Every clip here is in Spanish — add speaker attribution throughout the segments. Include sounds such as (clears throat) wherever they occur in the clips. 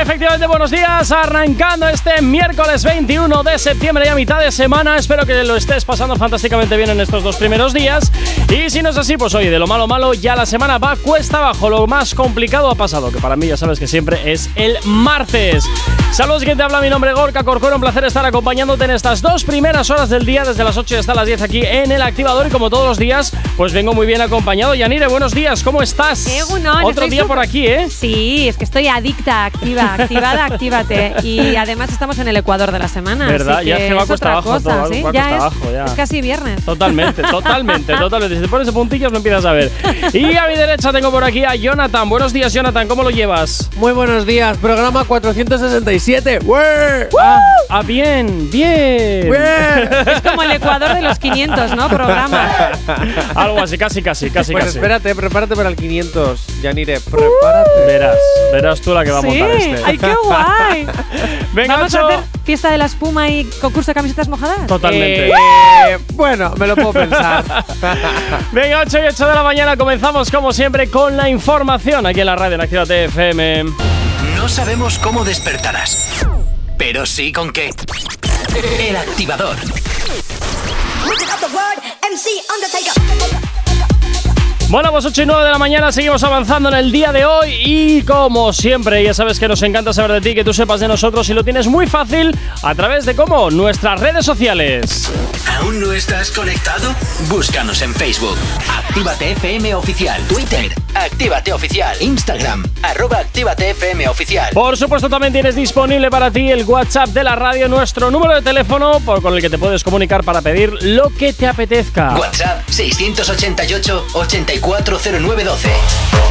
Speaker 1: Efectivamente, buenos días. Arrancando este miércoles 21 de septiembre y a mitad de semana. Espero que lo estés pasando fantásticamente bien en estos dos primeros días. Y si no es así, pues oye, de lo malo malo, ya la semana va cuesta abajo. Lo más complicado ha pasado, que para mí ya sabes que siempre es el martes. Saludos, quien te habla, mi nombre es Gorka Corcuero. Un placer estar acompañándote en estas dos primeras horas del día, desde las 8 hasta las 10 aquí en El Activador. Y como todos los días, pues vengo muy bien acompañado. Yanire, buenos días, ¿cómo estás?
Speaker 2: Egunon,
Speaker 1: Otro
Speaker 2: estoy
Speaker 1: día por
Speaker 2: súper-
Speaker 1: aquí, ¿eh?
Speaker 2: Sí, es que estoy
Speaker 1: (laughs)
Speaker 2: adicta, activa, activada, actívate. Y además estamos en el Ecuador de la semana.
Speaker 1: Verdad,
Speaker 2: así
Speaker 1: ya
Speaker 2: que
Speaker 1: se va
Speaker 2: es otra
Speaker 1: cuesta abajo
Speaker 2: cosa,
Speaker 1: todo,
Speaker 2: ¿sí?
Speaker 1: va cuesta
Speaker 2: ya, es,
Speaker 1: abajo, ya.
Speaker 2: es casi viernes.
Speaker 1: Totalmente, totalmente, totalmente. Si te pones de puntillas lo empiezas a ver. Y a mi derecha tengo por aquí a Jonathan. Buenos días, Jonathan. ¿Cómo lo llevas?
Speaker 3: Muy buenos días, programa 467. ¡Wee!
Speaker 1: Ah, ah, bien, bien.
Speaker 3: ¡Wee!
Speaker 2: Es como el Ecuador de los 500,
Speaker 1: (laughs)
Speaker 2: ¿no? Programa.
Speaker 1: Algo así, casi, casi, casi,
Speaker 3: (laughs) Pues
Speaker 1: casi.
Speaker 3: espérate, prepárate para el 500, Yanire, prepárate.
Speaker 1: Verás, verás tú la que va a
Speaker 2: sí,
Speaker 1: montar este.
Speaker 2: ¡ay, qué guay!
Speaker 1: (laughs) Venga,
Speaker 2: ¿Vamos
Speaker 1: Nacho.
Speaker 2: a hacer fiesta de la espuma y concurso de camisetas mojadas?
Speaker 1: Totalmente.
Speaker 3: Eh, bueno, me lo puedo pensar.
Speaker 1: Venga, 8 y 8 de la mañana comenzamos como siempre con la información aquí en la radio en Actívate FM.
Speaker 4: No sabemos cómo despertarás, pero sí con qué. El Activador.
Speaker 1: Bueno, pues 8 y 9 de la mañana seguimos avanzando en el día de hoy y como siempre, ya sabes que nos encanta saber de ti, que tú sepas de nosotros y lo tienes muy fácil a través de cómo nuestras redes sociales.
Speaker 4: ¿Aún no estás conectado? Búscanos en Facebook. Actívate FM Oficial. Twitter. Actívate Oficial. Instagram. Arroba Actívate FM Oficial.
Speaker 1: Por supuesto, también tienes disponible para ti el WhatsApp de la radio, nuestro número de teléfono por, con el que te puedes comunicar para pedir lo que te apetezca.
Speaker 4: WhatsApp 688-840912.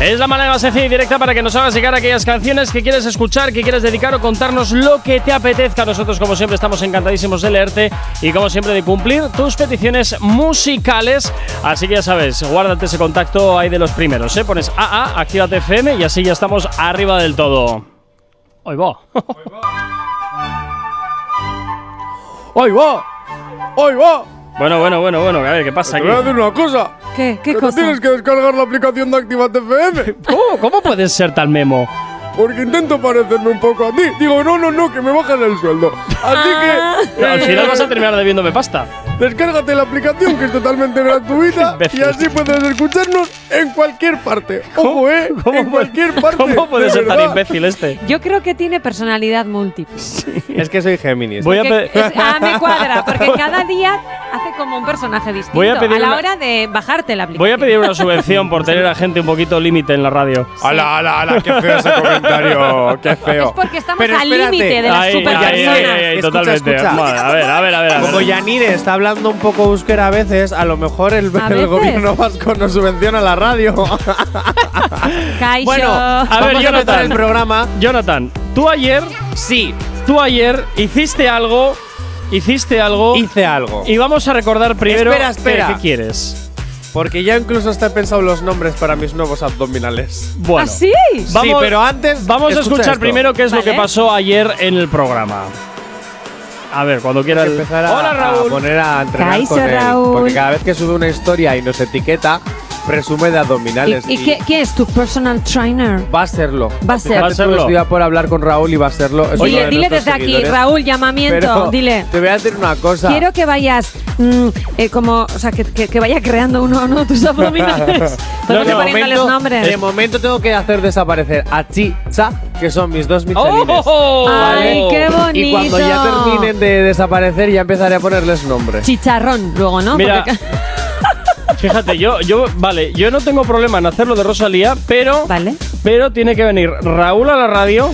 Speaker 1: Es la manera más sencilla y directa para que nos hagas llegar aquellas canciones que quieres escuchar, que quieres dedicar o contarnos lo que te apetezca. Nosotros, como siempre, estamos encantadísimos de leerte y, como siempre, de cumplir tus peticiones musicales. Así que ya sabes, guárdate ese contacto ahí de los primeros. ¿eh? Pones AA, actívate FM y así ya estamos arriba del todo. Hoy va.
Speaker 3: ¡Hoy va! ¡Hoy va!
Speaker 1: (laughs) bueno, bueno, bueno, bueno. A ver, ¿qué pasa
Speaker 3: Te
Speaker 1: aquí?
Speaker 3: voy a decir una cosa.
Speaker 2: Eh, ¿Qué? ¿Qué
Speaker 3: que
Speaker 2: cosa?
Speaker 3: te tienes que descargar la aplicación de Activate FM.
Speaker 1: ¿Cómo, ¿Cómo puedes ser tan memo?
Speaker 3: Porque intento parecerme un poco a ti. Digo, no, no, no, que me bajan el sueldo. Así que.
Speaker 1: Ah. Al
Speaker 3: eh,
Speaker 1: final vas a terminar debiéndome pasta.
Speaker 3: Descárgate la aplicación que es totalmente gratuita
Speaker 1: (laughs) Imbécil.
Speaker 3: y así puedes escucharnos en cualquier parte. Ojo, eh, en
Speaker 1: puede-
Speaker 3: cualquier parte.
Speaker 1: ¿Cómo puede
Speaker 3: de
Speaker 1: ser tan
Speaker 3: verdad.
Speaker 1: imbécil este?
Speaker 2: Yo creo que tiene personalidad múltiple.
Speaker 3: Es que soy Géminis.
Speaker 1: Voy a
Speaker 2: Que
Speaker 1: pe-
Speaker 2: es- ah, me cuadra,
Speaker 1: (laughs)
Speaker 2: porque cada día hace como un personaje distinto.
Speaker 1: Voy a pedir
Speaker 2: la
Speaker 1: una-
Speaker 2: hora de bajarte la aplicación.
Speaker 1: Voy a pedir una subvención por tener a gente un poquito límite en la radio.
Speaker 3: Ala, ala, ala, qué feo ese comentario, Oh, qué feo.
Speaker 2: Es porque estamos
Speaker 3: Pero
Speaker 2: al
Speaker 3: espérate.
Speaker 2: límite de las
Speaker 1: Ahí, ahí, ahí,
Speaker 2: superpersonas.
Speaker 1: ahí, ahí,
Speaker 3: Escucha,
Speaker 1: totalmente.
Speaker 3: escucha.
Speaker 1: Vale, a ver, a ver, a ver. a ver.
Speaker 3: Como Yanire está hablando un poco euskera a veces, a lo mejor el,
Speaker 2: ¿A
Speaker 3: el
Speaker 2: veces?
Speaker 3: gobierno vasco nos subvenciona la radio.
Speaker 2: (laughs) Kaixo.
Speaker 3: bueno,
Speaker 1: ver,
Speaker 3: vamos a empezar
Speaker 1: Jonathan.
Speaker 3: el programa.
Speaker 1: Jonathan, tú ayer,
Speaker 3: Sí,
Speaker 1: tú ayer hiciste algo, hiciste algo
Speaker 3: hice algo.
Speaker 1: y vamos a recordar primero
Speaker 3: Espera, espera.
Speaker 1: Qué, qué quieres.
Speaker 3: Porque ya incluso hasta he pensado los nombres para mis nuevos abdominales.
Speaker 1: Bueno,
Speaker 2: ¿Ah, sí?
Speaker 3: sí, pero antes.
Speaker 1: vamos a
Speaker 3: escucha
Speaker 1: escuchar
Speaker 3: esto.
Speaker 1: primero qué es lo
Speaker 2: Vale.
Speaker 1: que pasó ayer en el programa. A ver, cuando
Speaker 3: Hay
Speaker 1: quieras.
Speaker 3: que empezar a,
Speaker 1: Hola
Speaker 3: a
Speaker 1: Raúl.
Speaker 3: poner a entrenar
Speaker 2: Kaizo,
Speaker 3: con él,
Speaker 2: Raúl.
Speaker 3: porque cada vez que sube una historia y nos etiqueta, presume de abdominales.
Speaker 2: ¿Y, y qué, qué es tu personal trainer?
Speaker 3: Va a serlo.
Speaker 2: Va a ser.
Speaker 1: Va a serlo.
Speaker 3: Estoy por hablar con Raúl y va a serlo. Es uno
Speaker 2: Dile,
Speaker 3: de
Speaker 2: dile
Speaker 3: nuestros
Speaker 2: desde aquí,
Speaker 3: seguidores.
Speaker 2: Raúl, llamamiento.
Speaker 3: Pero
Speaker 2: dile.
Speaker 3: Te voy a decir una cosa.
Speaker 2: Quiero que vayas mm, eh, como, o sea, que, que- que vaya creando uno a uno
Speaker 3: (laughs)
Speaker 2: tus abdominales.
Speaker 1: No,
Speaker 2: Podemos
Speaker 1: de
Speaker 2: ir poniéndoles nombres.
Speaker 3: de momento eh, tengo que hacer desaparecer a Chicha, que son mis dos
Speaker 1: ¡Oh!
Speaker 3: michelines.
Speaker 2: Ay, qué bonito.
Speaker 3: Y cuando ya terminen de desaparecer, ya empezaré a ponerles nombres.
Speaker 2: Chicharrón, luego, ¿no?
Speaker 1: Mira,
Speaker 2: Porque-
Speaker 1: Fíjate, yo, yo, vale, yo no tengo problema en hacerlo de Rosalía, pero,
Speaker 2: Vale.
Speaker 1: pero tiene que venir Raúl a la radio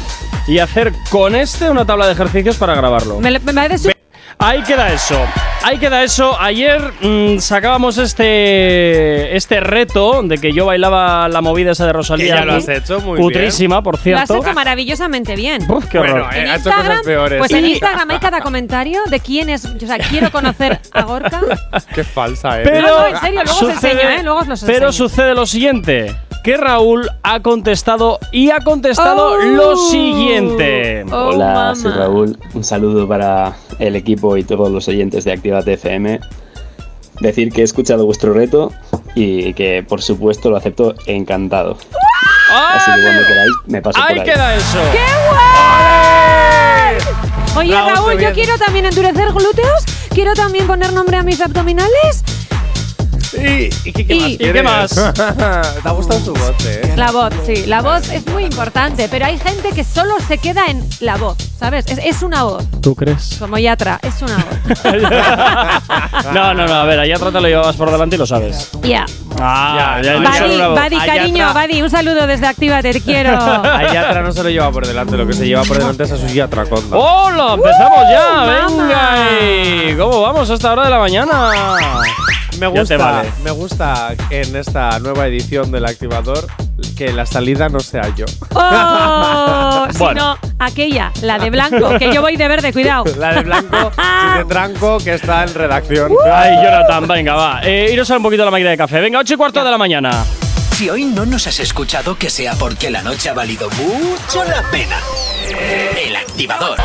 Speaker 1: y hacer con este una tabla de ejercicios para grabarlo.
Speaker 2: me, me parece un-
Speaker 1: Ahí queda eso. Ahí queda eso. Ayer mm, sacábamos este este reto de que yo bailaba la movida esa de Rosalía.
Speaker 3: Que ya lo
Speaker 1: cu-
Speaker 3: has hecho muy bien.
Speaker 1: Cutrísima, por
Speaker 2: Lo has
Speaker 1: cierto.
Speaker 2: hecho maravillosamente bien.
Speaker 1: Uf, qué
Speaker 3: Bueno,
Speaker 1: horror.
Speaker 3: eh, ha hecho cosas peores.
Speaker 2: Pues en
Speaker 1: Y-
Speaker 2: Instagram hay cada comentario de quién es. O sea, quiero conocer a Gorka.
Speaker 3: (laughs) Qué falsa, eh.
Speaker 1: Pero
Speaker 2: No, no, en serio, luego os enseño, ¿eh? Luego os los
Speaker 1: pero
Speaker 2: enseño.
Speaker 1: sucede lo siguiente. que Raúl ha contestado y ha contestado
Speaker 2: Oh.
Speaker 1: lo siguiente.
Speaker 2: Oh,
Speaker 5: Hola,
Speaker 2: mamá.
Speaker 5: soy Raúl. Un saludo para el equipo y todos los oyentes de Actívate FM. Decir que he escuchado vuestro reto y que, por supuesto, lo acepto encantado. Así que cuando queráis, me paso por
Speaker 1: ahí
Speaker 5: ahí.
Speaker 1: queda eso.
Speaker 2: ¡Qué guay! Oye,
Speaker 1: Raúl,
Speaker 2: Raúl,
Speaker 1: qué bien.
Speaker 2: yo quiero también endurecer glúteos, quiero también poner nombre a mis abdominales.
Speaker 6: ¿Y, qué,
Speaker 2: qué Y- más
Speaker 1: ¿Y qué más?
Speaker 7: (laughs)
Speaker 6: Te ha gustado tu voz, ¿eh?
Speaker 2: La voz, sí, la voz es muy importante, pero hay gente que solo se queda en la voz, ¿sabes? Es, es una voz,
Speaker 1: ¿Tú crees?
Speaker 2: como Yatra, es
Speaker 1: (laughs)
Speaker 2: una voz.
Speaker 1: no, no, no, a ver, allá te lo llevabas por delante y lo sabes.
Speaker 2: Ya.
Speaker 1: Ah,
Speaker 7: ya, ya.
Speaker 1: solo
Speaker 2: Badi,
Speaker 1: una voz.
Speaker 2: Badi,
Speaker 7: Allá
Speaker 2: cariño,
Speaker 7: atrás.
Speaker 2: Badi, un saludo desde Actívate,
Speaker 1: (laughs)
Speaker 2: te quiero.
Speaker 7: A Yatra no se lo lleva por delante, lo que se lleva por delante es a su Yatra conda.
Speaker 1: ¡Hola! ¡Empezamos ya!
Speaker 2: Uh, mamá.
Speaker 1: ¡Venga! ahí. ¿Cómo vamos a esta hora de la mañana?
Speaker 7: Me
Speaker 1: Ya te
Speaker 7: gusta,
Speaker 1: vale.
Speaker 7: me gusta en esta nueva edición del activador que la salida no sea yo.
Speaker 2: Oh,
Speaker 1: Bueno.
Speaker 2: sino aquella, la de blanco, que yo voy de verde,
Speaker 1: (laughs)
Speaker 2: cuidado.
Speaker 7: La de
Speaker 8: (laughs)
Speaker 7: blanco, sin de tranco, que está en redacción.
Speaker 8: Uh.
Speaker 1: Ay, Jonathan, venga, va. Eh, iros a un poquito a la máquina de café. Venga, 8 y cuarto de la mañana.
Speaker 4: Si hoy no nos has escuchado, que sea porque la noche ha valido mucho la pena. El activador.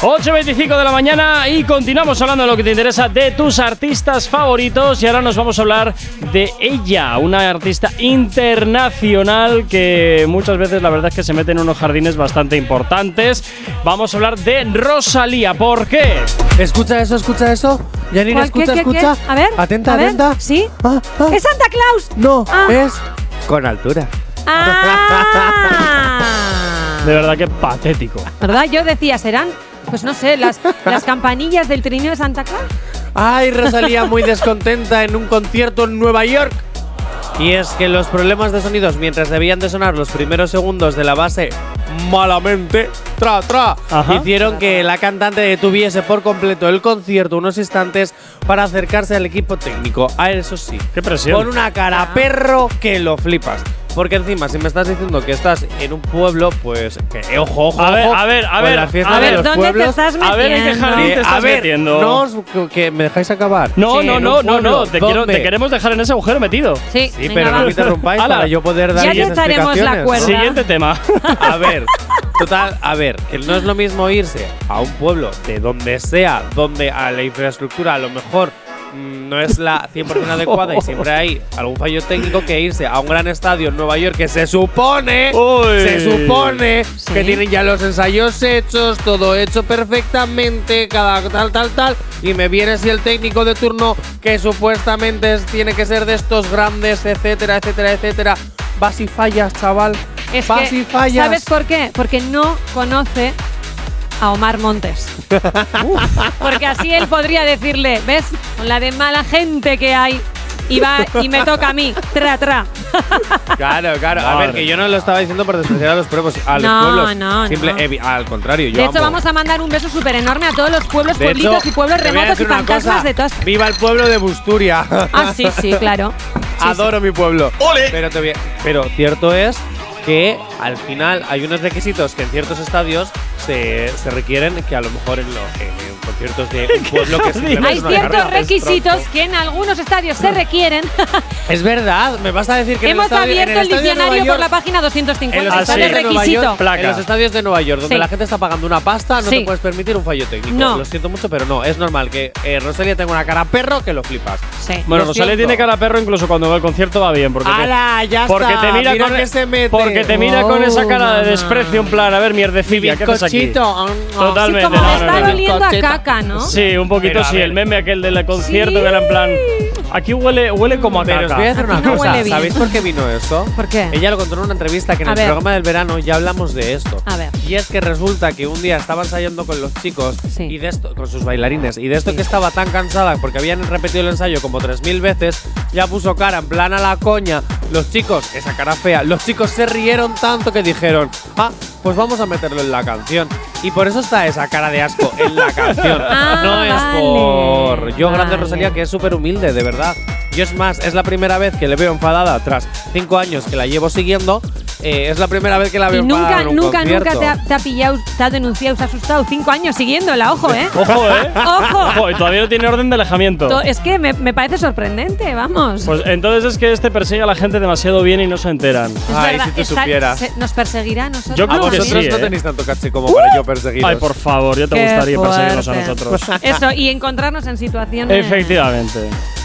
Speaker 1: 8.25 de la mañana y continuamos hablando de lo que te interesa de tus artistas favoritos y ahora nos vamos a hablar de ella, una artista internacional que muchas veces la verdad es que se mete en unos jardines bastante importantes. Vamos a hablar de Rosalía, ¿por qué?
Speaker 8: Escucha eso, escucha eso. Janine,
Speaker 2: ¿Cuál? ¿Qué,
Speaker 8: escucha,
Speaker 2: qué, qué?
Speaker 8: escucha.
Speaker 2: A ver,
Speaker 8: Atenta,
Speaker 2: a ver.
Speaker 8: atenta.
Speaker 2: ¿Sí?
Speaker 8: Ah, ah,
Speaker 2: ¡Es Santa Claus!
Speaker 8: No, eh.
Speaker 2: Ah.
Speaker 8: es.
Speaker 7: Con altura.
Speaker 2: ¡Ah! (laughs)
Speaker 1: De verdad que patético.
Speaker 2: ¿Verdad? Yo decía, serán, pues no sé, las,
Speaker 8: (laughs)
Speaker 2: las campanillas del trineo de Santa Claus.
Speaker 8: Ay, Rosalía muy descontenta en un concierto en Nueva York. Y es que los problemas de sonidos, mientras debían de sonar los primeros segundos de la base malamente, tra, tra,
Speaker 1: Ajá.
Speaker 8: hicieron que la cantante detuviese por completo el concierto unos instantes para acercarse al equipo técnico. Ah, eso sí.
Speaker 1: Qué
Speaker 8: Con
Speaker 1: presión.
Speaker 8: una cara
Speaker 2: Ah.
Speaker 8: a perro que lo flipas. Porque encima, si me estás diciendo que estás en un pueblo, pues que eh, ojo, ojo.
Speaker 1: A ver,
Speaker 8: ojo,
Speaker 1: a ver, a
Speaker 8: con
Speaker 1: ver,
Speaker 8: la
Speaker 1: a
Speaker 8: fiesta de
Speaker 1: ver,
Speaker 8: los
Speaker 2: ¿dónde te
Speaker 8: pueblos.
Speaker 2: estás metiendo?
Speaker 1: a ver, ¿en qué jardín
Speaker 8: Eh,
Speaker 1: te
Speaker 8: a
Speaker 1: estás
Speaker 8: ver,
Speaker 1: metiendo?
Speaker 8: No, os- que- que me dejáis acabar.
Speaker 1: No,
Speaker 8: Sí,
Speaker 1: no,
Speaker 8: en
Speaker 1: no,
Speaker 8: un
Speaker 1: no,
Speaker 8: pueblo.
Speaker 1: no, te, quiero- te
Speaker 8: ¿Dónde?
Speaker 1: queremos dejar en ese agujero metido.
Speaker 2: Sí,
Speaker 8: Sí,
Speaker 2: venga,
Speaker 8: pero
Speaker 2: va.
Speaker 8: no me interrumpáis
Speaker 1: Ala.
Speaker 8: para yo poder dar
Speaker 2: Ya
Speaker 8: mis
Speaker 2: te estaremos la
Speaker 8: explicaciones.
Speaker 2: cuerda.
Speaker 1: Siguiente
Speaker 2: (laughs)
Speaker 1: tema.
Speaker 8: A ver, total, a ver, que no es lo mismo irse a un pueblo de donde sea, donde a la infraestructura a lo mejor mm, no es la 100% adecuada y siempre hay algún fallo técnico que irse a un gran estadio en Nueva York que se supone,
Speaker 1: Uy.
Speaker 8: se supone
Speaker 2: Sí.
Speaker 8: que tienen ya los ensayos hechos, todo hecho perfectamente, cada tal, tal, tal, y me viene si el técnico de turno que supuestamente es- tiene que ser de estos grandes, etcétera, etcétera, etcétera. Vas y fallas, chaval.
Speaker 2: (laughs) Es
Speaker 8: Vas y
Speaker 2: que,
Speaker 8: fallas.
Speaker 2: ¿Sabes por qué? Porque no conoce a Omar
Speaker 8: (laughs)
Speaker 2: Montes. Porque así él podría decirle, ¿ves? Con la de mala gente que hay. Y va y me toca a mí. Tra, tra.
Speaker 8: Claro, claro. A ver, que yo no lo estaba diciendo por despreciar a los pueblos. A los
Speaker 2: No,
Speaker 8: pueblos.
Speaker 2: no,
Speaker 8: Simple,
Speaker 2: no.
Speaker 8: evi- al contrario, yo
Speaker 2: De hecho,
Speaker 8: amo.
Speaker 2: vamos a mandar un beso súper enorme a todos los pueblos,
Speaker 8: De hecho,
Speaker 2: pueblitos y pueblos
Speaker 8: te voy a
Speaker 2: remotos y
Speaker 8: decir una
Speaker 2: fantasmas
Speaker 8: cosa.
Speaker 2: de todas.
Speaker 8: ¡Viva el pueblo de Busturia! (laughs)
Speaker 2: Ah, sí, sí, claro.
Speaker 8: Adoro mi pueblo. Pero, te voy a- pero cierto es que al final hay unos requisitos que en ciertos estadios se, se requieren que a lo mejor en, lo, en- en conciertos de
Speaker 2: (laughs)
Speaker 8: un pueblo que simplemente
Speaker 2: Hay
Speaker 8: es una
Speaker 2: ciertos
Speaker 8: carpa.
Speaker 2: requisitos que en algunos estadios se requieren. (laughs)
Speaker 8: Es verdad, me vas a decir que en el
Speaker 2: Hemos
Speaker 8: estadio- en
Speaker 2: abierto el
Speaker 8: estadio de Nueva
Speaker 2: diccionario por
Speaker 8: York-
Speaker 2: la página
Speaker 8: En
Speaker 2: 250.
Speaker 8: los,
Speaker 1: Ah,
Speaker 2: Está
Speaker 1: sí.
Speaker 2: de
Speaker 8: estadios de Nueva
Speaker 2: requisito.
Speaker 8: York,
Speaker 1: Placa.
Speaker 8: en los estadios de Nueva York, donde
Speaker 2: Sí.
Speaker 8: la gente está pagando una pasta, no
Speaker 2: Sí.
Speaker 8: te puedes permitir un fallo técnico.
Speaker 2: No.
Speaker 8: Lo siento mucho, pero no. Es normal que eh, Rosalia tenga una cara perro que lo flipas.
Speaker 2: Sí.
Speaker 1: Bueno,
Speaker 8: Lo
Speaker 1: Rosalía
Speaker 8: siento.
Speaker 1: tiene cara a perro incluso cuando va al concierto va bien. Porque te-
Speaker 8: ¡Hala, ya
Speaker 1: Porque
Speaker 8: está!
Speaker 1: te mira,
Speaker 8: Mira e-
Speaker 1: con e-
Speaker 8: que se mete. Oh,
Speaker 1: Porque te mira con esa cara de
Speaker 2: mamá.
Speaker 1: desprecio, en plan, a ver, mierdecilla, ¿qué haces aquí?
Speaker 8: Bizcochito.
Speaker 2: Sí,
Speaker 1: Totalmente.
Speaker 2: como
Speaker 1: no,
Speaker 2: me
Speaker 1: no,
Speaker 2: está
Speaker 1: no.
Speaker 2: doliendo a
Speaker 8: Cocheta.
Speaker 2: caca, ¿no?
Speaker 1: Sí, un poquito
Speaker 8: Pero, a
Speaker 1: sí.
Speaker 8: ver.
Speaker 1: El meme aquel del concierto que era en plan. Aquí huele, huele como a
Speaker 8: Pero os voy a
Speaker 1: caca.
Speaker 8: hacer
Speaker 2: Aquí
Speaker 8: una
Speaker 2: no
Speaker 8: cosa.
Speaker 2: huele bien.
Speaker 8: ¿Sabéis por qué vino eso?
Speaker 2: ¿Por qué?
Speaker 8: Ella lo contó en una entrevista que en
Speaker 2: A
Speaker 8: el
Speaker 2: ver.
Speaker 8: programa del verano ya hablamos de esto.
Speaker 2: A ver.
Speaker 8: Y es que resulta que un día estaba ensayando con los chicos
Speaker 2: Sí.
Speaker 8: y de esto, con sus bailarines y de esto
Speaker 2: Sí.
Speaker 8: que estaba tan cansada porque habían repetido el ensayo como 3.000 veces, ya puso cara en plan a la coña. Los chicos, esa cara fea, los chicos se rieron tanto que dijeron, ah, pues vamos a meterlo en la canción. Y por eso está esa cara de asco en la canción.
Speaker 2: (laughs) Ah,
Speaker 8: no es
Speaker 2: vale.
Speaker 8: por... Yo, grande
Speaker 2: Vale.
Speaker 8: Rosalía, que es súper humilde, de verdad. Yo es más, es la primera vez que le veo enfadada tras cinco años que la llevo siguiendo eh, es la primera vez que la
Speaker 2: Y
Speaker 8: veo
Speaker 2: nunca,
Speaker 8: enfadada en un
Speaker 2: nunca,
Speaker 8: concierto.
Speaker 2: nunca te ha, te ha pillado, te ha denunciado, se ha asustado cinco años siguiéndola, ojo,
Speaker 8: (laughs)
Speaker 2: ¿eh?
Speaker 1: Ojo, ¿eh?
Speaker 2: ¡Ojo!
Speaker 1: Ojo, y todavía no tiene orden de alejamiento.
Speaker 2: To- Es que me, me parece sorprendente, vamos.
Speaker 1: Pues entonces es que este persigue a la gente demasiado bien y no se enteran.
Speaker 2: Es
Speaker 8: Ay, si tú
Speaker 2: está-
Speaker 8: supieras.
Speaker 2: se- nos perseguirá a nosotros. Ah,
Speaker 1: Yo
Speaker 8: A
Speaker 1: creo que
Speaker 8: vosotros
Speaker 1: sí,
Speaker 8: no
Speaker 1: ¿eh?
Speaker 8: tenéis tanto caché como
Speaker 2: ¡Uh!
Speaker 8: para yo perseguiros.
Speaker 1: Ay, por favor, yo te
Speaker 2: Qué
Speaker 1: gustaría perseguirnos a
Speaker 2: fuerte.
Speaker 1: nosotros.
Speaker 8: Pues
Speaker 2: (laughs) Eso, y encontrarnos en situaciones.
Speaker 1: Efectivamente.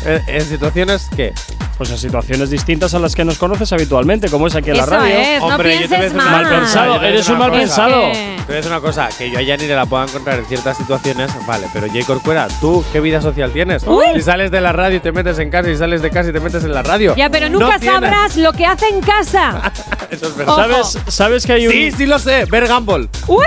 Speaker 8: Eh, ¿En situaciones qué?
Speaker 1: Pues en situaciones distintas a las que nos conoces habitualmente, como es aquí en la
Speaker 2: Eso
Speaker 1: radio.
Speaker 2: es, no
Speaker 8: Hombre, yo te voy a
Speaker 2: pienses
Speaker 8: decir una
Speaker 2: mal.
Speaker 1: Mal pensado,
Speaker 8: yo te
Speaker 1: eres un
Speaker 8: voy a
Speaker 1: mal
Speaker 8: decir una cosa.
Speaker 1: pensado.
Speaker 2: Eh,
Speaker 8: Te voy a decir una cosa, que yo a Yanire la puedo encontrar en ciertas situaciones, vale, pero J. Corcuera, ¿tú qué vida social tienes? Si sales de la radio y te metes en casa, y sales de casa y te metes en la radio.
Speaker 2: Ya, pero
Speaker 8: No
Speaker 2: nunca
Speaker 8: tienes-
Speaker 2: sabrás lo que hace en casa.
Speaker 8: (laughs)
Speaker 1: (laughs)
Speaker 8: Eso es
Speaker 2: Ojo.
Speaker 8: verdad.
Speaker 1: ¿Sabes, ¿Sabes que hay un.?
Speaker 8: Sí, sí lo sé, ver Gumball.
Speaker 2: ¡Uy!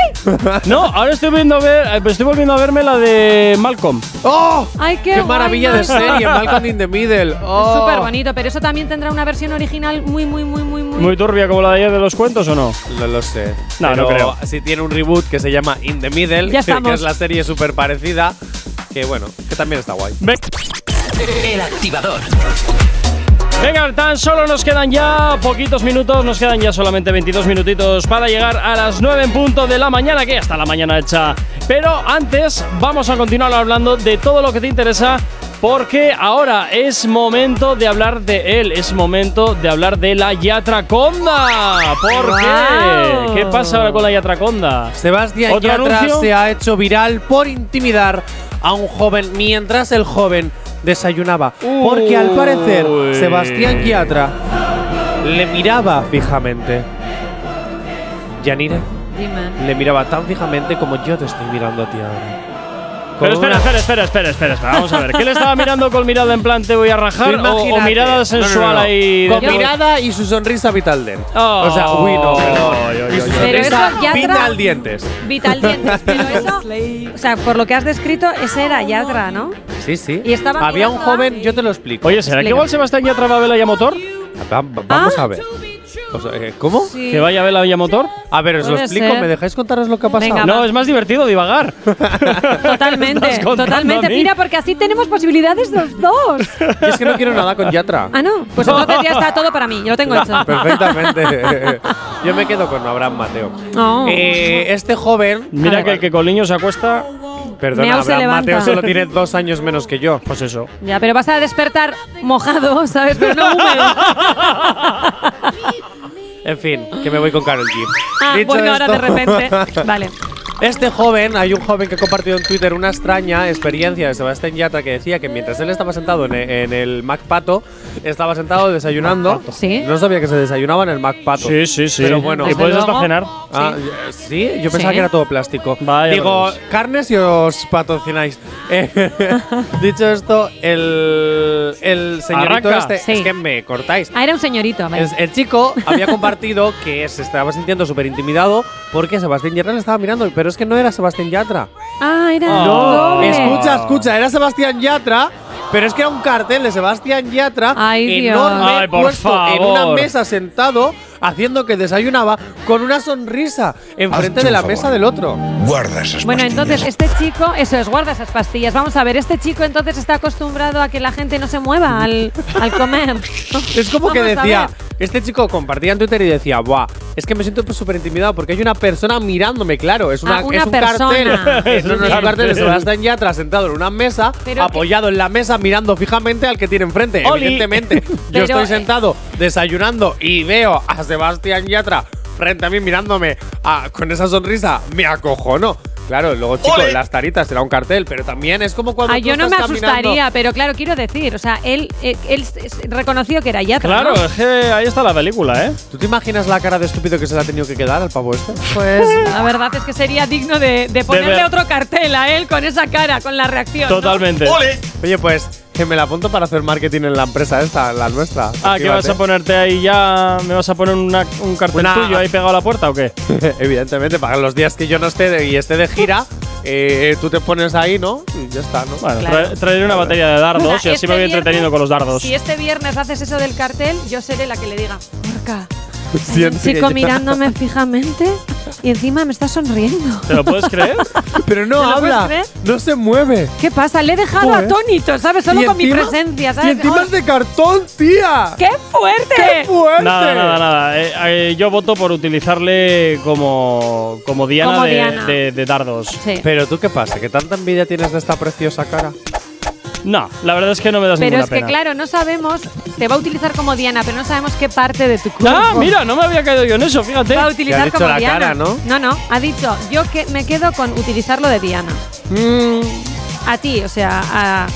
Speaker 1: No, ahora estoy, viendo a ver, eh, estoy volviendo a verme la de Malcolm.
Speaker 8: ¡Oh!
Speaker 2: ¡Ay, qué,
Speaker 8: ¡Qué maravilla de
Speaker 2: ser
Speaker 8: serie! Malcolm in the Middle.
Speaker 2: (laughs) Es súper
Speaker 8: ¡Oh!
Speaker 2: bonito, pero eso también tendrá una versión original muy, muy, muy, muy, muy.
Speaker 1: Muy turbia como la de ayer de los cuentos o no.
Speaker 8: No lo sé.
Speaker 1: No, no creo.
Speaker 8: Si tiene un reboot que se llama In the Middle,
Speaker 2: Ya
Speaker 8: que
Speaker 2: estamos.
Speaker 8: es la serie súper parecida, que bueno, que también está guay.
Speaker 1: Ve-
Speaker 4: El activador.
Speaker 1: Venga, tan solo nos quedan ya poquitos minutos, nos quedan ya solamente 22 minutitos para llegar a las 9 en punto de la mañana, que ya está la mañana hecha. Pero antes vamos a continuar hablando de todo lo que te interesa, porque ahora es momento de hablar de él, es momento de hablar de la Yatraconda. ¿Por
Speaker 2: Guau.
Speaker 1: qué? ¿Qué pasa ahora con la Yatraconda?
Speaker 8: Sebastián
Speaker 1: ¿Otro
Speaker 8: Yatra
Speaker 1: anuncio?
Speaker 8: se ha hecho viral por intimidar a un joven mientras el joven desayunaba. Porque al parecer,
Speaker 1: Uy.
Speaker 8: Sebastián Yatra le miraba fijamente. Yanira
Speaker 2: Dime.
Speaker 8: le miraba tan fijamente como yo te estoy mirando a ti ahora.
Speaker 1: Pero
Speaker 8: Con
Speaker 1: espera,
Speaker 8: una-
Speaker 1: espera, espera, espera, espera, espera, vamos a ver. ¿Qué le estaba mirando con mirada en plan te voy a
Speaker 8: Tú
Speaker 1: rajar o- o,
Speaker 8: imagínate. No, no,
Speaker 1: mirada
Speaker 8: no,
Speaker 1: sensual
Speaker 8: no.
Speaker 1: ahí?
Speaker 8: Con
Speaker 1: de-
Speaker 8: mirada y su sonrisa vital dent.
Speaker 1: Oh.
Speaker 8: o sea, uy, no,
Speaker 1: Ay, ay,
Speaker 8: perdón. Y
Speaker 1: ay,
Speaker 8: su
Speaker 1: ay.
Speaker 2: Pero eso
Speaker 8: sonrisa
Speaker 2: Yatra-
Speaker 8: vital dientes.
Speaker 2: Vital
Speaker 1: (laughs)
Speaker 2: dientes, pero eso. O sea, por lo que has descrito, ese era Yatra, ¿no?
Speaker 8: Sí, sí.
Speaker 2: Y estaba
Speaker 8: Había un
Speaker 2: mirando a-
Speaker 8: joven, yo te lo explico.
Speaker 1: Oye, ¿será que igual Sebastián ya traba vela y a motor?
Speaker 8: Va- va- Vamos a ver. O sea, eh, ¿Cómo?
Speaker 2: Ah. Sí.
Speaker 1: ¿Que vaya (laughs) vela y a motor?
Speaker 8: A ver, os lo
Speaker 2: Puede
Speaker 8: explico.
Speaker 2: ser.
Speaker 8: ¿Me dejáis contaros lo que ha pasado?
Speaker 2: Venga,
Speaker 1: No,
Speaker 2: va.
Speaker 1: es más divertido
Speaker 8: (laughs)
Speaker 1: divagar.
Speaker 2: Totalmente,
Speaker 1: Estás contando
Speaker 2: totalmente.
Speaker 1: a mí.
Speaker 2: Mira, porque así tenemos posibilidades los dos.
Speaker 8: Yo Es que no quiero nada con Yatra.
Speaker 2: (laughs) Ah, no. Pues entonces ya está todo para mí. Yo lo tengo hecho.
Speaker 8: (laughs)
Speaker 2: (laughs)
Speaker 8: Perfectamente. (laughs) Yo me quedo con Abraham Mateo.
Speaker 2: No.
Speaker 8: Eh, este joven.
Speaker 1: Mira
Speaker 8: Ah,
Speaker 1: que el que con niños se acuesta,
Speaker 8: Perdona,
Speaker 2: Meao se
Speaker 8: Abraham
Speaker 2: levanta.
Speaker 8: Mateo solo tiene dos años menos que yo.
Speaker 1: pues eso.
Speaker 2: Ya, pero vas a despertar mojado, (laughs) ¿sabes? Pero no húmedo.
Speaker 8: (laughs) En fin, que me voy con Carol G.
Speaker 2: Ah,
Speaker 8: Dicho
Speaker 2: bueno, ahora de
Speaker 8: esto- (laughs)
Speaker 2: repente. Vale.
Speaker 8: Este joven, hay un joven que ha compartido en Twitter una extraña experiencia de Sebastián Yatra que decía que mientras él estaba sentado en e- en el Mac Pato, estaba sentado desayunando.
Speaker 2: Sí.
Speaker 8: No sabía que se desayunaba en el Mac Pato.
Speaker 1: Sí, sí, sí.
Speaker 8: Pero bueno.
Speaker 1: y
Speaker 2: Desde
Speaker 1: puedes
Speaker 2: luego.
Speaker 1: hasta cenar.
Speaker 8: Ah, eh, sí. yo pensaba
Speaker 2: Sí.
Speaker 8: que era todo plástico.
Speaker 1: Vaya
Speaker 8: Digo,
Speaker 1: rayos.
Speaker 8: carnes y os patrocináis. (laughs) Eh, Dicho esto, el, el señorito
Speaker 1: Arranca.
Speaker 8: este.
Speaker 2: Sí.
Speaker 8: Es que me cortáis.
Speaker 2: Ah, era un señorito. Vale.
Speaker 8: El, el chico había compartido que se estaba sintiendo súper intimidado porque Sebastián Yatra le estaba mirando, pero es que no era Sebastián Yatra.
Speaker 2: Ah, era
Speaker 1: No,
Speaker 2: no,
Speaker 8: Escucha, escucha, era Sebastián Yatra, pero es que era un cartel de Sebastián Yatra
Speaker 2: Ay, Dios.
Speaker 8: enorme
Speaker 1: Ay, por
Speaker 8: puesto en
Speaker 1: favor.
Speaker 8: una mesa sentado haciendo que desayunaba con una sonrisa enfrente
Speaker 9: Hazte
Speaker 8: de
Speaker 9: un
Speaker 8: la
Speaker 9: favor.
Speaker 8: mesa del otro.
Speaker 9: Guarda esas
Speaker 2: Bueno, entonces
Speaker 9: pastillas.
Speaker 2: este chico, eso es, guarda esas pastillas. Vamos a ver, este chico entonces está acostumbrado a que la gente no se mueva al, al comer.
Speaker 8: (laughs) Es como que
Speaker 2: Vamos a
Speaker 8: decía,
Speaker 2: ver.
Speaker 8: este chico compartía en Twitter y decía, "Buah, es que me siento súper intimidado porque hay una persona mirándome, claro, es, una,
Speaker 2: Ah, una
Speaker 8: es un
Speaker 2: persona.
Speaker 8: cartel. (laughs)
Speaker 1: Es
Speaker 8: es,
Speaker 1: un
Speaker 8: un cartel de
Speaker 1: cartel.
Speaker 8: Sebastián Yatra sentado en una mesa,
Speaker 2: Pero
Speaker 8: apoyado en la mesa, mirando fijamente al que tiene enfrente,
Speaker 1: Oli. (laughs)
Speaker 8: evidentemente. Yo
Speaker 2: Pero,
Speaker 8: estoy
Speaker 2: eh,
Speaker 8: sentado desayunando y veo a Sebastián Yatra frente a mí mirándome ah, con esa sonrisa, me acojono. Claro, luego chico,
Speaker 9: Ole.
Speaker 8: las taritas será un cartel, pero también es como cuando
Speaker 2: Ay,
Speaker 8: tú
Speaker 2: yo no me
Speaker 8: estás caminando-
Speaker 2: asustaría, pero claro, quiero decir, o sea, él, eh, él s- s- reconoció que era Yatra.
Speaker 1: Claro,
Speaker 2: ¿no?
Speaker 1: es que ahí está la película, ¿eh?
Speaker 8: ¿Tú te imaginas la cara de estúpido que se le ha tenido que quedar al pavo este?
Speaker 2: Pues la verdad es que sería digno de, de ponerle
Speaker 1: ver.
Speaker 2: otro cartel a él con esa cara, con la reacción. ¿no?
Speaker 1: Totalmente.
Speaker 9: ¡Ole!
Speaker 8: Oye, pues que me la apunto para hacer marketing en la empresa esta, la nuestra.
Speaker 1: Ah, ¿qué vas a ponerte ahí ya? ¿Me vas a poner una- un cartel
Speaker 8: Una-
Speaker 1: tuyo ahí pegado a la puerta o qué?
Speaker 8: poner? (laughs) Evidentemente, para los días que yo no esté de- y esté de gira, eh, tú te pones ahí, ¿no? Y ya está, ¿no?
Speaker 1: Bueno,
Speaker 8: (laughs)
Speaker 2: Claro.
Speaker 1: tra- traeré una batería de
Speaker 2: O sea,
Speaker 1: dardos y así
Speaker 2: este
Speaker 1: me voy
Speaker 2: viernes-
Speaker 1: entreteniendo con los dardos.
Speaker 2: Si este viernes haces eso del cartel, yo seré la que le diga, Porca, hay un
Speaker 8: Siento que
Speaker 2: chico
Speaker 8: ya- (laughs)
Speaker 2: mirándome fijamente. Y encima me está sonriendo.
Speaker 1: ¿Te lo puedes
Speaker 8: (laughs)
Speaker 1: creer?
Speaker 8: Pero no
Speaker 2: ¿Te lo puedes
Speaker 8: habla,
Speaker 2: creer?
Speaker 8: no se mueve.
Speaker 2: ¿Qué pasa? Le he dejado
Speaker 8: Joder.
Speaker 2: atónito, ¿sabes? Solo
Speaker 8: Y
Speaker 2: con mi
Speaker 8: encima-
Speaker 2: presencia,
Speaker 8: Y
Speaker 2: ¿sabes?
Speaker 8: encima
Speaker 2: ¡Oh!
Speaker 8: es de cartón, tía.
Speaker 2: ¡Qué fuerte!
Speaker 8: fuerte!
Speaker 1: nada, nada, nada. Eh, eh, yo voto por utilizarle como, como diana,
Speaker 2: Como
Speaker 1: de,
Speaker 2: diana.
Speaker 1: de- de dardos.
Speaker 2: Sí.
Speaker 8: Pero tú qué pasa, que tanta envidia tienes de esta preciosa cara.
Speaker 1: No, la verdad es que no me das
Speaker 2: Pero
Speaker 1: ninguna
Speaker 2: es que,
Speaker 1: pena.
Speaker 2: claro, no sabemos. Te va a utilizar como Diana, pero no sabemos qué parte de tu cuerpo.
Speaker 1: Ah, mira, no me había caído yo en eso, fíjate.
Speaker 2: Va a utilizar
Speaker 8: ha dicho
Speaker 2: como
Speaker 8: la
Speaker 2: Diana.
Speaker 8: cara, ¿no?
Speaker 2: no, no, ha dicho, yo que me quedo con utilizarlo de Diana.
Speaker 8: Mm.
Speaker 2: A ti, o sea, a-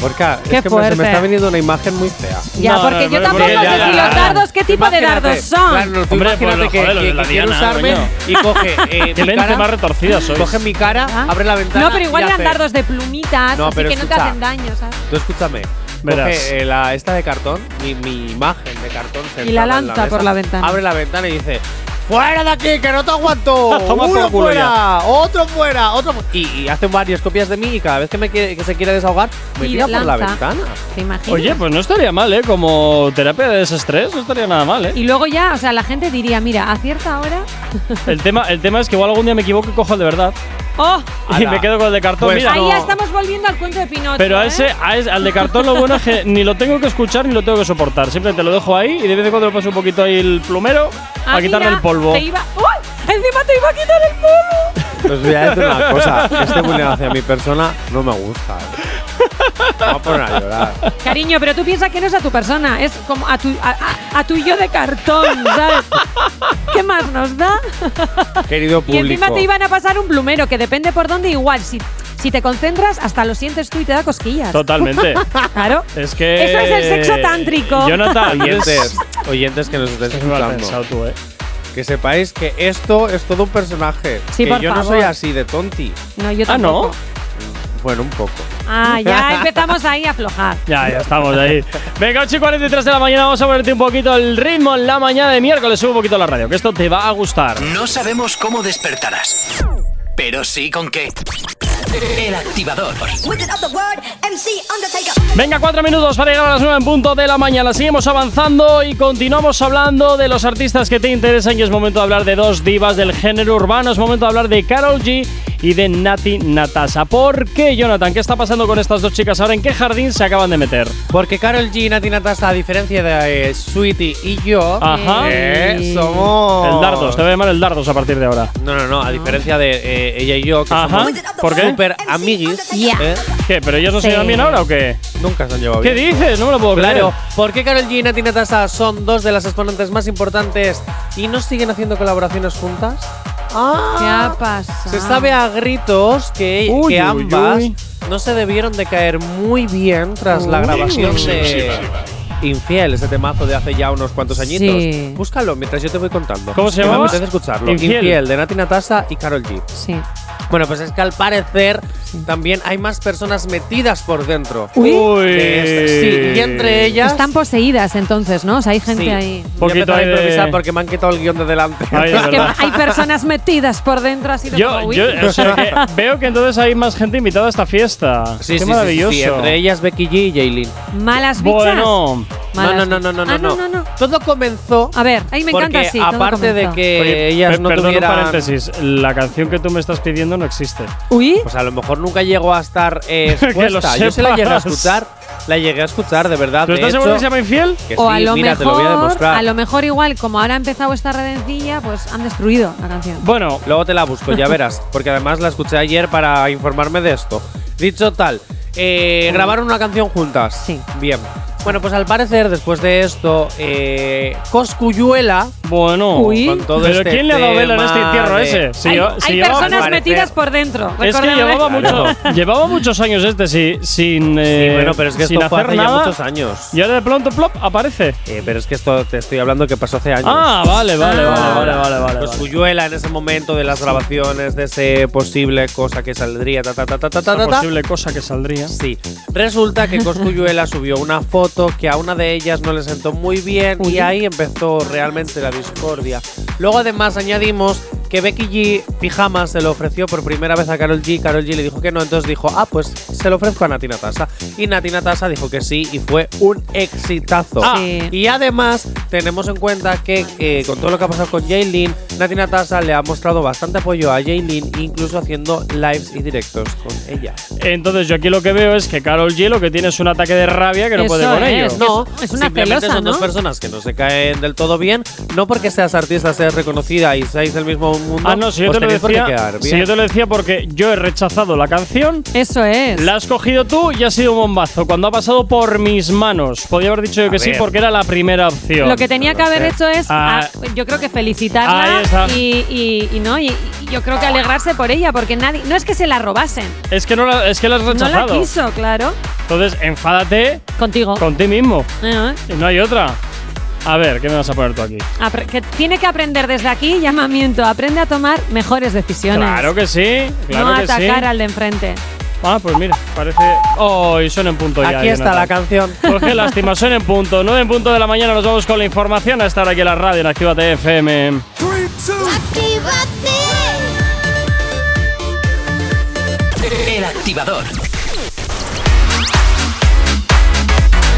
Speaker 8: Porque ah,
Speaker 2: Qué
Speaker 8: es que me- se
Speaker 2: fuerte.
Speaker 8: me está viniendo una imagen muy fea.
Speaker 2: ya,
Speaker 1: No,
Speaker 2: porque
Speaker 1: no,
Speaker 2: yo
Speaker 1: no,
Speaker 2: tampoco
Speaker 1: porque ya,
Speaker 2: sé
Speaker 1: ya,
Speaker 2: si
Speaker 1: ya.
Speaker 2: los dardos, ¿qué tipo de dardos son?
Speaker 8: Claro, tú
Speaker 1: Hombre,
Speaker 8: imagínate
Speaker 1: pues,
Speaker 8: que,
Speaker 1: joder, lo
Speaker 8: que-
Speaker 1: de la
Speaker 8: que quiere
Speaker 1: Diana,
Speaker 8: usarme
Speaker 1: coño.
Speaker 8: y
Speaker 1: (laughs)
Speaker 8: coge eh,
Speaker 1: Qué
Speaker 8: mi
Speaker 1: mente
Speaker 8: cara,
Speaker 1: más retorcida sois.
Speaker 8: coge mi cara,
Speaker 2: Ah.
Speaker 8: abre la ventana.
Speaker 2: no, pero igual
Speaker 8: y
Speaker 2: eran
Speaker 8: hace-
Speaker 2: dardos de plumitas,
Speaker 8: No,
Speaker 2: así
Speaker 8: pero
Speaker 2: que no te
Speaker 8: escucha.
Speaker 2: hacen daño, ¿sabes?
Speaker 8: Tú escúchame.
Speaker 1: Verás.
Speaker 8: Coge eh, la, esta de cartón, mi, mi imagen de cartón. sentada
Speaker 2: la
Speaker 8: en
Speaker 2: lanza por
Speaker 8: mesa,
Speaker 2: la ventana.
Speaker 8: Abre la ventana y dice: ¡Fuera de aquí, que no te aguanto!
Speaker 1: (laughs) Toma por
Speaker 8: ¡Uno
Speaker 1: culo
Speaker 8: fuera! ¡Otro fuera! ¡Otro fu-". Y, y hacen varias copias de mí y cada vez que, me quiere- que se quiere desahogar, me
Speaker 2: Y
Speaker 8: tira por la
Speaker 2: lanza.
Speaker 8: ventana.
Speaker 2: ¿Te imaginas?
Speaker 1: Oye, pues no estaría mal, ¿eh? Como terapia de desestrés, no estaría nada mal, ¿eh?
Speaker 2: Y luego ya, o sea, la gente diría, mira, a cierta hora.
Speaker 1: El tema, el tema es que igual algún día me equivoco y cojo el de verdad.
Speaker 2: ¡Oh!
Speaker 1: Y
Speaker 8: Ala.
Speaker 1: me quedo con el de cartón.
Speaker 8: Pues
Speaker 1: Mira,
Speaker 2: Ahí
Speaker 8: no.
Speaker 2: ya estamos volviendo al cuento de Pinocho.
Speaker 1: Pero a
Speaker 2: ¿eh?
Speaker 1: ese, a ese- al de cartón lo bueno es que ni lo tengo que escuchar ni lo tengo que soportar. Siempre te lo dejo ahí y de vez en cuando le paso un poquito ahí el plumero
Speaker 2: Ah,
Speaker 1: a quitarle
Speaker 2: mira,
Speaker 1: el polvo.
Speaker 2: Te iba, ¡Uy! Encima te iba a quitar el polvo.
Speaker 8: Os voy a decir una cosa: este bullying hacia mi persona no me gusta. eh. Me voy a poner a llorar.
Speaker 2: Cariño, pero tú piensas que no es a tu persona, es como a tu, a, a- a tu yo de cartón, ¿sabes? ¿Qué más nos da?
Speaker 8: Querido
Speaker 2: Y
Speaker 8: público.
Speaker 2: encima te iban a pasar un plumero, que depende por dónde, igual. Si, si te concentras, hasta lo sientes tú y te da cosquillas.
Speaker 1: Totalmente.
Speaker 2: (laughs) Claro.
Speaker 1: es que.
Speaker 2: Eso es el sexo tántrico.
Speaker 1: Jonathan,
Speaker 8: oyentes,
Speaker 1: oyentes.
Speaker 8: oyentes que nos estéis
Speaker 1: Pues, Lo has
Speaker 8: escuchando.
Speaker 1: pensado tú, ¿eh?
Speaker 8: Que sepáis que esto es todo un personaje.
Speaker 2: Sí,
Speaker 8: que
Speaker 2: por
Speaker 8: yo no
Speaker 2: favor.
Speaker 8: soy así de tonti.
Speaker 2: (laughs) No, yo
Speaker 1: Ah,
Speaker 2: tampoco.
Speaker 1: no.
Speaker 8: Bueno, un poco.
Speaker 2: Ah, ya empezamos ahí a aflojar.
Speaker 1: Ya, ya estamos ahí. Venga, 8 y 43 de la mañana, vamos a ponerte un poquito el ritmo en la mañana de miércoles. Sube un poquito la radio, que esto te va a gustar.
Speaker 4: No sabemos cómo despertarás, pero sí con qué. El activador.
Speaker 10: Wizard of the Word, MC Undertaker.
Speaker 1: Venga, cuatro minutos para llegar a las 9 en punto de la mañana. Seguimos avanzando y continuamos hablando de los artistas que te interesan. Y es momento de hablar de dos divas del género urbano. Es momento de hablar de Carol G y de Nati Natasha. ¿Por qué, Jonathan? ¿Qué está pasando con estas dos chicas ahora? ¿En qué jardín se acaban de meter?
Speaker 8: Porque Carol G y Nati Natasha, a diferencia de eh, Sweetie y yo,
Speaker 1: Ajá.
Speaker 8: eh, somos.
Speaker 1: El Dardos, te voy a llamar el Dardos a partir de ahora.
Speaker 8: No, no, no. A diferencia de eh, ella y yo, que
Speaker 1: Ajá.
Speaker 8: somos
Speaker 1: ¿Por qué?
Speaker 8: super amiguis.
Speaker 2: Ya.
Speaker 8: eh,
Speaker 1: ¿Qué? ¿Pero ellos no se
Speaker 2: Sí.
Speaker 1: llevan bien ahora o qué?
Speaker 8: nunca se han llevado
Speaker 1: ¿Qué
Speaker 8: bien.
Speaker 1: dices? No me lo puedo creer.
Speaker 8: Claro, ¿por qué Carol G y Nati Natasha son dos de las exponentes más importantes y no siguen haciendo colaboraciones juntas? Ah.
Speaker 2: ¿Qué ha pasado?
Speaker 8: Se sabe a gritos que,
Speaker 1: Uy,
Speaker 8: que
Speaker 1: uy,
Speaker 8: ambas
Speaker 1: uy.
Speaker 8: no se debieron de caer muy bien tras la
Speaker 2: Uy.
Speaker 8: grabación de Infiel, ese temazo de hace ya unos cuantos añitos.
Speaker 2: Sí.
Speaker 8: Búscalo mientras yo te voy contando.
Speaker 1: ¿Cómo se
Speaker 8: Que me
Speaker 1: llamaba?
Speaker 8: apetece escucharlo.
Speaker 1: Infiel.
Speaker 8: Infiel. de Nati Natasha y Carol G.
Speaker 2: Sí.
Speaker 8: Bueno, pues es que al parecer también hay más personas metidas por dentro.
Speaker 1: Uy.
Speaker 8: Que es- sí, y entre ellas.
Speaker 2: Están poseídas entonces, ¿no? O sea, hay gente
Speaker 8: sí.
Speaker 2: ahí.
Speaker 8: Voy a
Speaker 1: Poquito
Speaker 8: empezar a
Speaker 1: ahí de-
Speaker 8: improvisar porque me han quitado el guión de delante. (laughs)
Speaker 1: Ay,
Speaker 2: Es que
Speaker 1: verdad.
Speaker 2: hay personas metidas por dentro así de como,
Speaker 1: Yo,
Speaker 2: uy.
Speaker 1: yo, o sea
Speaker 8: (laughs)
Speaker 1: que veo que entonces hay más gente invitada a esta fiesta.
Speaker 8: Sí,
Speaker 1: Qué
Speaker 8: sí, sí,
Speaker 1: maravilloso.
Speaker 8: sí, sí, entre ellas Becky G y Jaylin.
Speaker 2: (laughs) Malas bichas.
Speaker 1: Bueno,
Speaker 8: No,
Speaker 2: Malas
Speaker 8: no, no,
Speaker 2: bichas.
Speaker 8: no, no,
Speaker 2: Ah,
Speaker 8: no,
Speaker 2: no, no.
Speaker 8: Todo comenzó.
Speaker 2: A ver, ahí me
Speaker 8: porque
Speaker 2: encanta así. todo
Speaker 8: aparte de
Speaker 2: comenzó.
Speaker 8: que
Speaker 1: oye,
Speaker 8: ellas
Speaker 1: pe-
Speaker 8: no
Speaker 1: perdón un
Speaker 8: tuvieran.
Speaker 1: paréntesis. La canción que tú me estás pidiendo no existe.
Speaker 2: Uy,
Speaker 8: Pues a lo mejor nunca llegó
Speaker 1: (laughs)
Speaker 8: a estar eh,
Speaker 1: Que lo
Speaker 8: expuesta. Yo se la llegué a
Speaker 1: sepas.
Speaker 8: escuchar. La llegué a escuchar, de verdad.
Speaker 1: ¿Tú
Speaker 8: de
Speaker 1: estás
Speaker 8: hecho,
Speaker 1: seguro que se llama infiel?
Speaker 8: que
Speaker 2: o
Speaker 8: sí,
Speaker 2: a lo
Speaker 8: mira, te
Speaker 2: mejor,
Speaker 8: lo voy a demostrar.
Speaker 2: a lo mejor igual, como ahora ha empezado esta redencilla, pues han destruido la canción.
Speaker 1: Bueno,
Speaker 8: Luego te la busco, ya (laughs) verás, porque además la escuché ayer para informarme de esto. Dicho tal, eh, grabaron una canción juntas.
Speaker 2: Sí.
Speaker 8: Bien. Bueno, pues al parecer, después de esto, eh, Coscuyuela.
Speaker 1: bueno.
Speaker 2: Uy.
Speaker 8: Con todo
Speaker 1: ¿Pero
Speaker 8: este
Speaker 1: quién le ha dado vela en este
Speaker 8: tema
Speaker 1: entierro
Speaker 8: de-
Speaker 1: ese? Si
Speaker 2: hay
Speaker 1: yo-
Speaker 2: hay
Speaker 1: si yo-
Speaker 2: personas
Speaker 8: al parecer-
Speaker 2: metidas por dentro.
Speaker 1: Es que
Speaker 2: recordadlo, ¿eh?
Speaker 1: llevaba, mucho,
Speaker 8: Claro.
Speaker 1: llevaba muchos años este sí, sin.
Speaker 8: Sí,
Speaker 1: eh,
Speaker 8: bueno, pero es que
Speaker 1: sin
Speaker 8: esto fue
Speaker 1: hacer
Speaker 8: hace
Speaker 1: nada,
Speaker 8: ya muchos años.
Speaker 1: Y ahora de pronto, plop, aparece.
Speaker 8: Eh, pero es que esto te estoy hablando que pasó hace años.
Speaker 1: Ah, vale, vale,
Speaker 2: Ah.
Speaker 1: vale, vale, vale. vale,
Speaker 8: Pues Cuyuela en ese momento de las grabaciones, de ese posible cosa que saldría, ta ta ta ta ta ta,
Speaker 1: Esa
Speaker 8: ta, ta.
Speaker 1: posible cosa que saldría.
Speaker 8: Sí. Resulta que Coscuyuela subió una foto que a una de ellas no le sentó muy bien y ahí empezó realmente la discordia. Luego además añadimos que Becky G pijamas se lo ofreció por primera vez a Carol G. Carol G le dijo que no, entonces dijo, ah, pues se lo ofrezco a Nati Natasha. Y Nati Natasha dijo que sí y fue un exitazo.
Speaker 2: Ah. Sí.
Speaker 8: Y además tenemos en cuenta que eh, con todo lo que ha pasado con Jaylin, Nati Natasha le ha mostrado bastante apoyo a Jaylin, incluso haciendo lives y directos con ella.
Speaker 1: Entonces yo aquí lo que veo es que Carol G lo que tiene es un ataque de rabia que no
Speaker 2: Eso
Speaker 1: puede con ello.
Speaker 2: es. No, es una
Speaker 8: simplemente
Speaker 2: celosa,
Speaker 8: son
Speaker 2: ¿no?
Speaker 8: dos personas que no se caen del todo bien. No porque seas artista, seas reconocida y seáis del mismo mundo.
Speaker 1: Ah, no, si yo,
Speaker 8: os
Speaker 1: te lo
Speaker 8: tenéis por qué
Speaker 1: decía,
Speaker 8: quedar
Speaker 1: si
Speaker 8: bien.
Speaker 1: yo te lo decía porque yo he rechazado la canción,
Speaker 2: Eso es.
Speaker 1: la has cogido tú y ha sido un bombazo. Cuando ha pasado por mis manos, podía haber dicho yo que sí
Speaker 8: ver.
Speaker 1: porque era la primera opción.
Speaker 2: Lo que tenía que haber hecho es,
Speaker 1: Ah.
Speaker 2: ah, yo creo
Speaker 1: Ahí
Speaker 2: que
Speaker 1: está.
Speaker 2: felicitarla y, y- y no y, y yo creo que alegrarse por ella, porque nadie, no es que se la robasen,
Speaker 1: es que no la, es que la has
Speaker 2: no la
Speaker 1: rechazado.
Speaker 2: quiso, claro,
Speaker 1: Entonces, enfádate
Speaker 2: contigo.
Speaker 1: con ti mismo.
Speaker 2: Eh,
Speaker 1: Y no hay otra. A ver, ¿qué me vas a poner tú aquí?
Speaker 2: apre- que tiene que aprender desde aquí llamamiento, aprende a tomar mejores decisiones,
Speaker 1: Claro que sí, claro
Speaker 2: no
Speaker 1: que sí.
Speaker 2: atacar al de enfrente.
Speaker 1: Ah, pues mira, parece. ¡Oh! Y son en punto ya.
Speaker 8: Aquí está la
Speaker 1: Jonathan.
Speaker 8: canción.
Speaker 1: Pues qué lástima, son en punto. 9 en punto de la mañana nos vamos con la información a estar aquí en la radio en Actívate FM.
Speaker 4: El activador.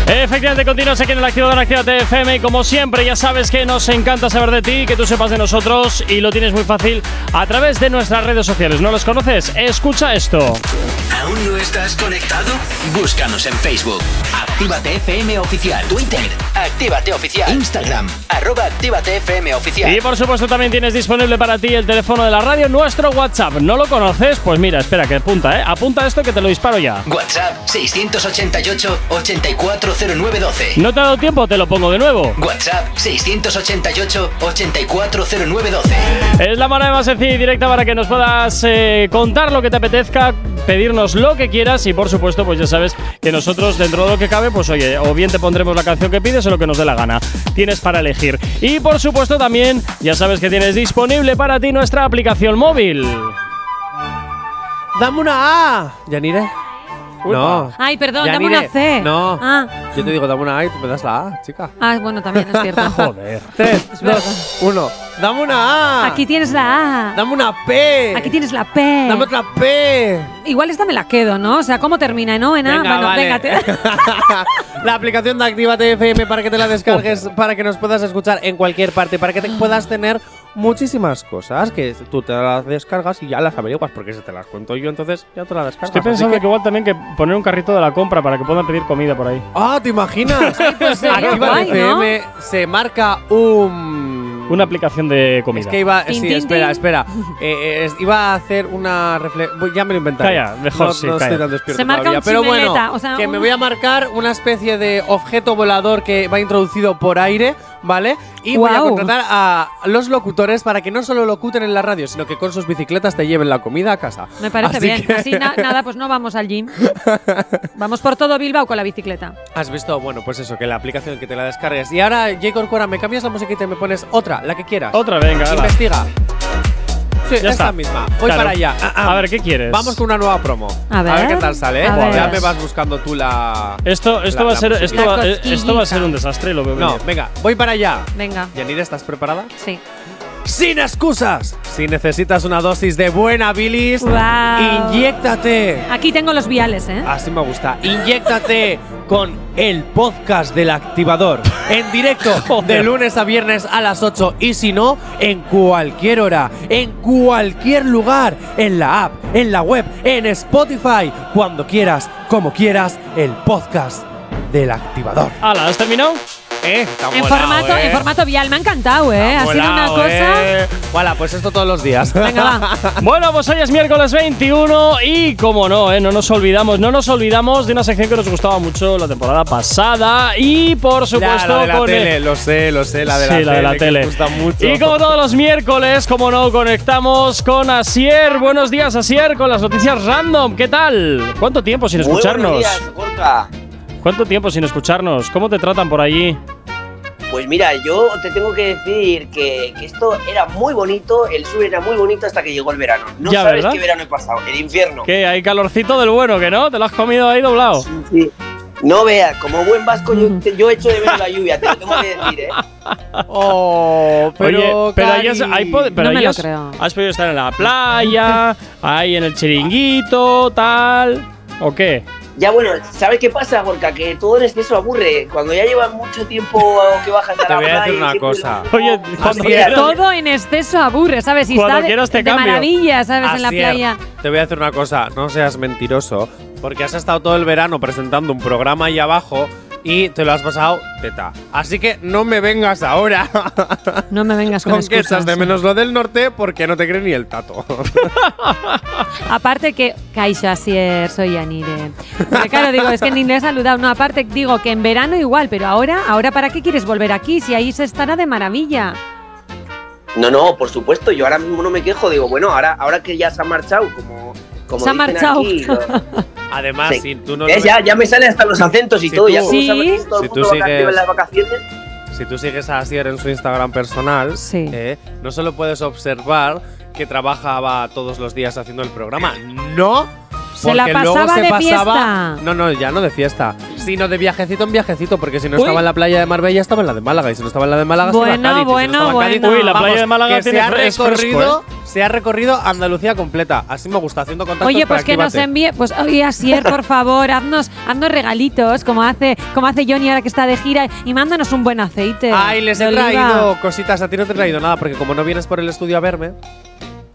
Speaker 1: Efectivamente, continúas aquí en el Activador Actívate FM y como siempre ya sabes que nos encanta saber de ti, que tú sepas de nosotros y lo tienes muy fácil a través de nuestras redes sociales. ¿No los conoces? Escucha esto.
Speaker 4: ¿Aún no estás conectado? Búscanos en Facebook. Actívate FM Oficial. Twitter. Actívate Oficial. Instagram. Arroba Actívate FM Oficial.
Speaker 1: Y por supuesto también tienes disponible para ti el teléfono de la radio, nuestro WhatsApp. ¿No lo conoces? Pues mira, espera, que apunta, ¿eh? Apunta esto que te lo disparo ya.
Speaker 4: WhatsApp 688 840912.
Speaker 1: ¿No te ha dado tiempo? Te lo pongo de nuevo.
Speaker 4: WhatsApp 688 840912.
Speaker 1: Es la manera más sencilla y directa para que nos puedas eh, contar lo que te apetezca, pedirnos lo que quieras y por supuesto, pues ya sabes que nosotros dentro de lo que cabe, pues oye, o bien te pondremos la canción que pides o lo que nos dé la gana. Tienes para elegir. Y por supuesto también, ya sabes que tienes disponible para ti nuestra aplicación móvil.
Speaker 8: Dame una A. Yanire. No.
Speaker 2: Ay, perdón, dame
Speaker 8: Yanire,
Speaker 2: una C.
Speaker 8: No.
Speaker 2: Ah,
Speaker 8: Yo te digo, dame una A y tú me das la A, chica.
Speaker 2: ah, bueno, también es cierto.
Speaker 1: Joder.
Speaker 8: 3,
Speaker 2: verdad.
Speaker 8: 2, 1. Dame una A.
Speaker 2: Aquí tienes la A,
Speaker 8: Dame una P.
Speaker 2: aquí tienes la P.
Speaker 8: Dame otra P.
Speaker 2: Igual esta me la quedo, ¿no? O sea, ¿cómo termina? ¿No? En A, bueno,
Speaker 8: vale.
Speaker 2: venga, te-
Speaker 8: (laughs) la aplicación de Actívate FM para que te la descargues, para que nos puedas escuchar en cualquier parte, para
Speaker 2: Ah.
Speaker 8: que te puedas tener muchísimas cosas que tú te las descargas y ya las averiguas, porque si te las cuento yo, entonces ya te las descargas.
Speaker 1: Estoy
Speaker 8: así
Speaker 1: pensando
Speaker 8: que-
Speaker 1: que igual también que poner un carrito de la compra para que puedan pedir comida por ahí.
Speaker 8: ¡Ah, te imaginas!
Speaker 2: sería
Speaker 8: Actívate
Speaker 2: pues guay, ¿no?
Speaker 8: FM se marca un...
Speaker 1: Una aplicación de comida.
Speaker 8: Es que iba.
Speaker 2: Tin,
Speaker 8: sí,
Speaker 2: tin,
Speaker 8: espera,
Speaker 2: tin.
Speaker 8: espera. Eh, eh, es- iba a hacer una reflexión. Ya me lo inventaré.
Speaker 1: Calla, mejor
Speaker 8: no,
Speaker 1: sí,
Speaker 8: no
Speaker 1: calla.
Speaker 8: estoy tan despierto
Speaker 2: Se marca
Speaker 8: todavía.
Speaker 2: un
Speaker 8: Pero
Speaker 2: chimeleta,
Speaker 8: bueno,
Speaker 2: o sea,
Speaker 8: que me
Speaker 2: un-
Speaker 8: voy a marcar una especie de objeto volador que va introducido por aire, ¿vale? Y voy a
Speaker 2: Guau.
Speaker 8: contratar a los locutores para que no solo locuten en la radio, sino que con sus bicicletas te lleven la comida a casa.
Speaker 2: Me parece
Speaker 8: Así
Speaker 2: bien.
Speaker 8: que-
Speaker 2: Así na- nada, pues no vamos al gym. vamos por todo Bilbao con la bicicleta.
Speaker 8: (laughs) Has visto, bueno, pues eso, que la aplicación que te la descargues. Y ahora, J. Corcuera, me cambias la musiquita y me pones otra, la que quieras.
Speaker 1: Otra, venga, hala.
Speaker 8: Investiga. Sí,
Speaker 1: Ya
Speaker 8: esta
Speaker 1: está.
Speaker 8: misma. Voy
Speaker 1: Claro.
Speaker 8: para allá. Ah, ah.
Speaker 1: A ver, ¿qué quieres?
Speaker 8: Vamos con una nueva promo.
Speaker 2: A ver.
Speaker 8: qué tal sale. ¿eh?
Speaker 2: A ver.
Speaker 8: Ya me vas buscando tú la.
Speaker 1: Esto, esto,
Speaker 8: la-
Speaker 1: va, a
Speaker 8: la
Speaker 1: ser,
Speaker 8: musiquita.
Speaker 1: esto, va,
Speaker 2: La
Speaker 1: eh, esto va a ser
Speaker 2: cosquillita.
Speaker 1: un desastre, lo veo
Speaker 8: No,
Speaker 1: venir.
Speaker 8: venga, voy para allá.
Speaker 2: Venga,
Speaker 8: Yanira, ¿estás preparada?
Speaker 2: sí.
Speaker 8: ¡Sin excusas! Si necesitas una dosis de buena bilis,
Speaker 2: Guau.
Speaker 8: inyéctate.
Speaker 2: Aquí tengo los viales, ¿eh?
Speaker 8: Así me gusta. Inyéctate con el podcast del activador. En (laughs) directo de lunes a viernes a las 8. Y si no, en cualquier hora, en cualquier lugar, en la app, en la web, en Spotify, cuando quieras, como quieras, el podcast del activador.
Speaker 1: Hala, ¿has terminado?
Speaker 8: Eh, está
Speaker 2: En
Speaker 8: molao,
Speaker 2: formato,
Speaker 8: eh.
Speaker 2: en
Speaker 8: (laughs)
Speaker 2: formato vial, me ha encantado, ¿eh? Ha sido una
Speaker 8: Molao,
Speaker 2: cosa.
Speaker 8: eh. Voilà, pues esto todos los días.
Speaker 2: Venga,
Speaker 8: (laughs)
Speaker 2: va.
Speaker 1: Bueno, pues hoy es miércoles 21 y como no, ¿eh? no nos olvidamos, no nos olvidamos de una sección que nos gustaba mucho la temporada pasada y por supuesto
Speaker 8: la de la
Speaker 1: con el-
Speaker 8: tele, lo sé, lo sé, la de la
Speaker 1: Sí,
Speaker 8: tele.
Speaker 1: la de la
Speaker 8: que
Speaker 1: tele.
Speaker 8: me gusta mucho.
Speaker 1: Y como todos los miércoles, como no, conectamos con Asier. Buenos días, Asier, con las noticias random. ¿Qué tal? ¿Cuánto tiempo sin escucharnos?
Speaker 11: Muy buenos días, Gorka.
Speaker 1: ¿Cuánto tiempo sin escucharnos? ¿Cómo te tratan por allí?
Speaker 11: Pues mira, yo te tengo que decir que, que esto era muy bonito, el sur era muy bonito hasta que llegó el verano. No
Speaker 1: Ya,
Speaker 11: sabes
Speaker 1: ¿verdad?
Speaker 11: qué verano he pasado, el infierno.
Speaker 1: ¿Qué? ¿Hay calorcito del bueno que no? ¿Te lo has comido ahí doblado?
Speaker 11: Sí. No veas, como buen vasco
Speaker 1: (laughs)
Speaker 11: yo, te- yo echo de menos la lluvia, te lo tengo que decir, ¿eh?
Speaker 8: (laughs) Oh, pero.
Speaker 1: Oye, pero ahí
Speaker 8: Cari.
Speaker 1: has, ahí pod- pero
Speaker 2: No
Speaker 1: ahí
Speaker 2: me lo
Speaker 1: has-
Speaker 2: creo.
Speaker 1: has podido estar en la playa, ahí en el chiringuito, tal. ¿O qué?
Speaker 11: Ya bueno, ¿sabes qué pasa, Gorka? Que todo en exceso aburre. Cuando ya llevas mucho tiempo que bajas a la
Speaker 12: Te voy a
Speaker 11: hora
Speaker 12: decir
Speaker 11: y
Speaker 12: una
Speaker 11: siempre-
Speaker 12: cosa.
Speaker 1: Oye, cuando
Speaker 11: Así
Speaker 1: quieras-
Speaker 11: era.
Speaker 2: Todo en exceso aburre, ¿sabes? Y
Speaker 1: Cuando
Speaker 2: está de-
Speaker 1: quieras te
Speaker 2: de
Speaker 1: cambio.
Speaker 2: maravilla, ¿sabes? en la
Speaker 12: Asier,
Speaker 2: playa.
Speaker 12: Ah, Te voy a hacer una cosa, no seas mentiroso, porque has estado todo el verano presentando un programa ahí abajo y te lo has pasado teta. Así que no me vengas ahora (laughs)
Speaker 2: No me vengas con,
Speaker 12: con que
Speaker 2: excusas.
Speaker 12: estás de menos lo del norte porque no te cree ni el
Speaker 2: (laughs)
Speaker 12: tato.
Speaker 2: Aparte que Kaixo Asier, soy Anire. Porque claro, digo, es que ni le he saludado. No, aparte digo que en verano igual, pero ahora, ahora ¿para qué quieres volver aquí? Si ahí se estará de maravilla.
Speaker 11: No, no, por supuesto, yo ahora mismo no me quejo. Digo, bueno, ahora, ahora que ya se ha marchado, como, como
Speaker 2: Se ha
Speaker 11: dicen
Speaker 2: marchado. (laughs)
Speaker 11: aquí, lo-
Speaker 12: Además,
Speaker 11: Sí.
Speaker 12: si tú no lo
Speaker 11: ¿Ves?
Speaker 12: ves-
Speaker 11: Ya, ya me salen hasta los acentos y
Speaker 12: Si
Speaker 11: todo.
Speaker 12: tú-
Speaker 11: ya como
Speaker 2: Sí.
Speaker 11: sabes, todo el
Speaker 12: Si tú
Speaker 11: mundo va
Speaker 12: sigues-
Speaker 11: en las vacaciones.
Speaker 12: Si tú sigues a Asier en su Instagram personal,
Speaker 2: Sí.
Speaker 12: eh, no solo puedes observar que trabajaba todos los días haciendo el programa, no.
Speaker 2: Se la
Speaker 12: porque luego
Speaker 2: pasaba
Speaker 12: se
Speaker 2: de
Speaker 12: pasaba-
Speaker 2: fiesta.
Speaker 12: No, no, ya no de fiesta, sino de viajecito en viajecito, porque si no
Speaker 1: Uy.
Speaker 12: estaba en la playa de Marbella, estaba en la de Málaga, y si no estaba en la de Málaga, estaba
Speaker 2: Bueno,
Speaker 12: en Cádiz, y si
Speaker 2: bueno,
Speaker 12: no estaba en Cádiz,
Speaker 2: bueno. Uy,
Speaker 1: la playa de Málaga
Speaker 12: que
Speaker 1: tiene
Speaker 12: se ha
Speaker 1: fresco,
Speaker 12: recorrido, se ha recorrido Andalucía completa. Así me gusta haciendo contactos
Speaker 2: Oye,
Speaker 12: para
Speaker 2: pues que nos
Speaker 12: activarte.
Speaker 2: envíe, pues oye
Speaker 12: (laughs)
Speaker 2: Asier, por favor, haznos, haznos regalitos, como hace, como hace Johnny ahora que está de gira, y mándanos un buen aceite.
Speaker 12: Ay, les
Speaker 2: de
Speaker 12: he
Speaker 2: oliva.
Speaker 12: traído cositas, a ti no te he traído nada, porque como no vienes por el estudio a verme,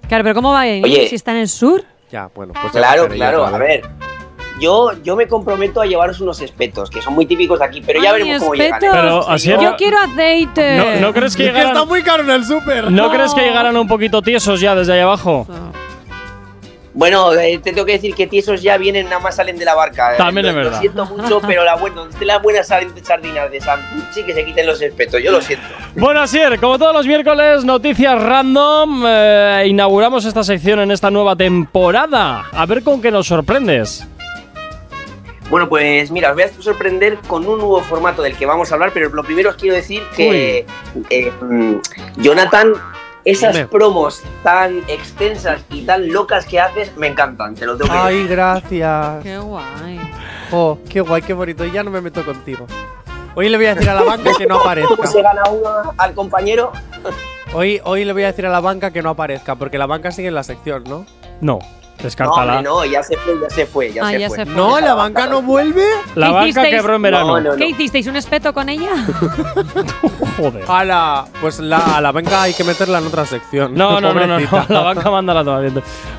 Speaker 2: Claro, pero ¿cómo va a venir
Speaker 11: Oye.
Speaker 2: si está en el sur?
Speaker 12: ya, bueno, pues ya
Speaker 11: Claro,
Speaker 12: buscaré yo
Speaker 11: claro,
Speaker 12: otra
Speaker 11: a
Speaker 12: vez.
Speaker 11: ver. Yo, yo me comprometo a llevaros unos espetos, que son muy típicos de aquí, pero ya
Speaker 2: Ay,
Speaker 11: veremos cómo llegan.
Speaker 2: espetos.
Speaker 11: ¿eh?
Speaker 1: Pero, Asier,
Speaker 2: Yo quiero aceite.
Speaker 1: ¿No, no crees que
Speaker 12: Está
Speaker 1: llegaran,
Speaker 12: muy caro en el súper.
Speaker 1: ¿no
Speaker 2: No.
Speaker 1: crees que llegaran un poquito tiesos ya desde ahí abajo?
Speaker 11: Bueno, eh, te tengo que decir que tiesos ya vienen, nada más salen de la barca. eh.
Speaker 1: También
Speaker 11: Lo-
Speaker 1: es verdad.
Speaker 11: Lo siento (laughs) mucho, pero la buena, donde estén las buenas sal- sardinas de Santucci, que se quiten los espetos, yo lo siento.
Speaker 1: Bueno, Asier, como todos los miércoles, noticias random. eh, inauguramos esta sección en esta nueva temporada. A ver con qué nos sorprendes.
Speaker 11: Bueno, pues mira, os voy a sorprender con un nuevo formato del que vamos a hablar, pero lo primero os quiero decir que eh, mm, Jonathan, esas
Speaker 12: Dime.
Speaker 11: promos tan extensas y tan locas que haces, me encantan, te lo tengo que decir.
Speaker 8: Ay, gracias.
Speaker 2: Qué guay.
Speaker 8: Jo, qué guay, qué bonito. Ya no me meto contigo. Hoy le voy a decir a la banca que no
Speaker 11: (laughs) ¿Cómo se
Speaker 8: aparezca.
Speaker 11: gana uno al compañero?
Speaker 8: Hoy, hoy le voy a decir a la banca que no aparezca, porque la banca sigue en la sección, ¿no?
Speaker 1: No,
Speaker 11: No, hombre,
Speaker 1: descártala.
Speaker 11: no, ya se fue, ya se fue, ya
Speaker 2: Ah,
Speaker 11: se
Speaker 2: ya
Speaker 11: fue.
Speaker 2: se fue.
Speaker 8: No, la banca no vuelve.
Speaker 1: La
Speaker 2: ¿Qué
Speaker 1: banca
Speaker 2: hicisteis?
Speaker 1: quebró en verano.
Speaker 11: No, no, no.
Speaker 2: ¿Qué hicisteis? ¿Un espeto con ella?
Speaker 1: Joder.
Speaker 8: A la, pues la, a la banca hay que meterla en otra sección.
Speaker 1: No, no, no, no, no,
Speaker 8: Pobrecita.
Speaker 1: La banca mándala todavía.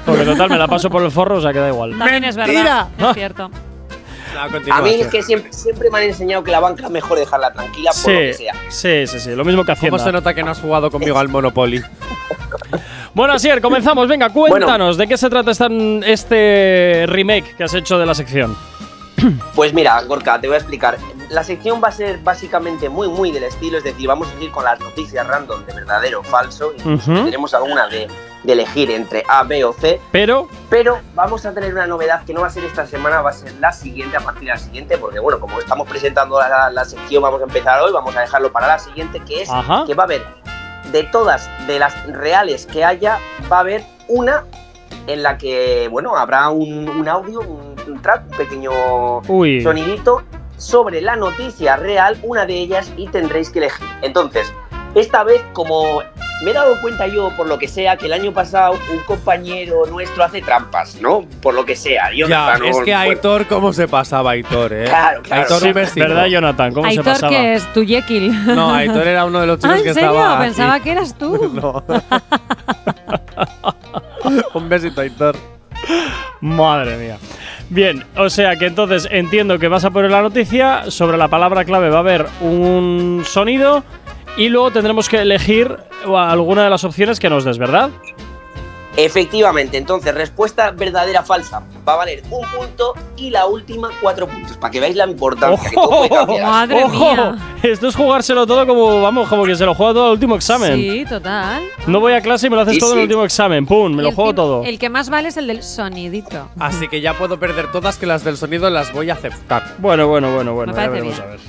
Speaker 1: Porque total, me la paso por el forro, o sea, queda igual.
Speaker 2: También es verdad. Es cierto.
Speaker 8: No, Ah, continúa,
Speaker 11: A mí
Speaker 8: sí.
Speaker 11: es que siempre, siempre me han enseñado que la banca es mejor dejarla tranquila por lo
Speaker 1: Sí,
Speaker 11: que sea.
Speaker 1: sí, sí, sí. Lo mismo que
Speaker 8: ¿Cómo se
Speaker 1: Hacienda.
Speaker 8: nota que no has jugado conmigo al Monopoly?
Speaker 1: Bueno, Asier, comenzamos. Venga, cuéntanos de qué se trata esta- este remake que has hecho de la sección.
Speaker 11: Pues mira, Gorka, te voy a explicar. La sección va a ser básicamente muy, muy del estilo, es decir, vamos a ir con las noticias random de verdadero o falso. Incluso
Speaker 1: Ujú.
Speaker 11: Tenemos alguna de, de elegir entre A, B o C,
Speaker 1: Pero,
Speaker 11: pero vamos a tener una novedad que no va a ser esta semana, va a ser la siguiente, a partir de la siguiente, porque bueno, como estamos presentando la, la- la sección, vamos a empezar hoy, vamos a dejarlo para la siguiente, que es
Speaker 1: ajá.
Speaker 11: que va a haber, de todas, de las reales que haya, va a haber una en la que, bueno, habrá un, un audio, un, un track, un pequeño
Speaker 1: Uy.
Speaker 11: sonidito sobre la noticia real, una de ellas, y tendréis que elegir. Entonces, esta vez, como me he dado cuenta yo, por lo que sea, que el año pasado un compañero nuestro hace trampas, ¿no? Por lo que sea. Yo
Speaker 12: ya,
Speaker 11: no-
Speaker 12: es que
Speaker 11: bueno,
Speaker 12: Aitor, ¿cómo se pasaba Aitor, eh?
Speaker 11: Claro, claro.
Speaker 12: Aitor,
Speaker 11: Sí,
Speaker 12: un vecino.
Speaker 1: ¿Verdad, Jonathan? ¿Cómo se
Speaker 2: Aitor,
Speaker 1: pasaba?
Speaker 2: que es tu Jekyll.
Speaker 12: No,
Speaker 2: (laughs)
Speaker 12: Aitor era uno de los chicos
Speaker 2: ah,
Speaker 12: que
Speaker 2: ¿en serio?
Speaker 12: estaba. aquí.
Speaker 2: Pensaba que eras
Speaker 1: (laughs)
Speaker 2: tú.
Speaker 8: (laughs)
Speaker 12: No. un besito, Aitor.
Speaker 1: Madre mía. Bien, o sea que entonces entiendo que vas a poner la noticia, sobre la palabra clave va a haber un sonido y luego tendremos que elegir alguna de las opciones que nos des, ¿verdad?
Speaker 11: Efectivamente, entonces, respuesta verdadera falsa. Va a valer un punto y la última cuatro puntos, para que veáis
Speaker 12: (laughs)
Speaker 11: la importancia. que todo puede cambiar.
Speaker 2: Madre
Speaker 1: ¡Ojo!
Speaker 2: mía.
Speaker 1: Esto es jugárselo todo como, vamos, como que se lo juega todo al último examen.
Speaker 2: Sí, total.
Speaker 1: No voy a clase y me lo haces
Speaker 11: Sí,
Speaker 1: todo en el
Speaker 11: sí.
Speaker 1: último examen. ¡Pum! Me
Speaker 2: Y
Speaker 1: lo juego
Speaker 2: encima,
Speaker 1: todo.
Speaker 2: El que más vale es el del sonidito.
Speaker 8: Así que ya puedo perder todas, que las del sonido las voy a aceptar.
Speaker 1: Bueno, bueno, bueno, bueno.
Speaker 2: Me
Speaker 1: Ya
Speaker 2: parece
Speaker 1: veremos
Speaker 2: bien.
Speaker 1: a ver.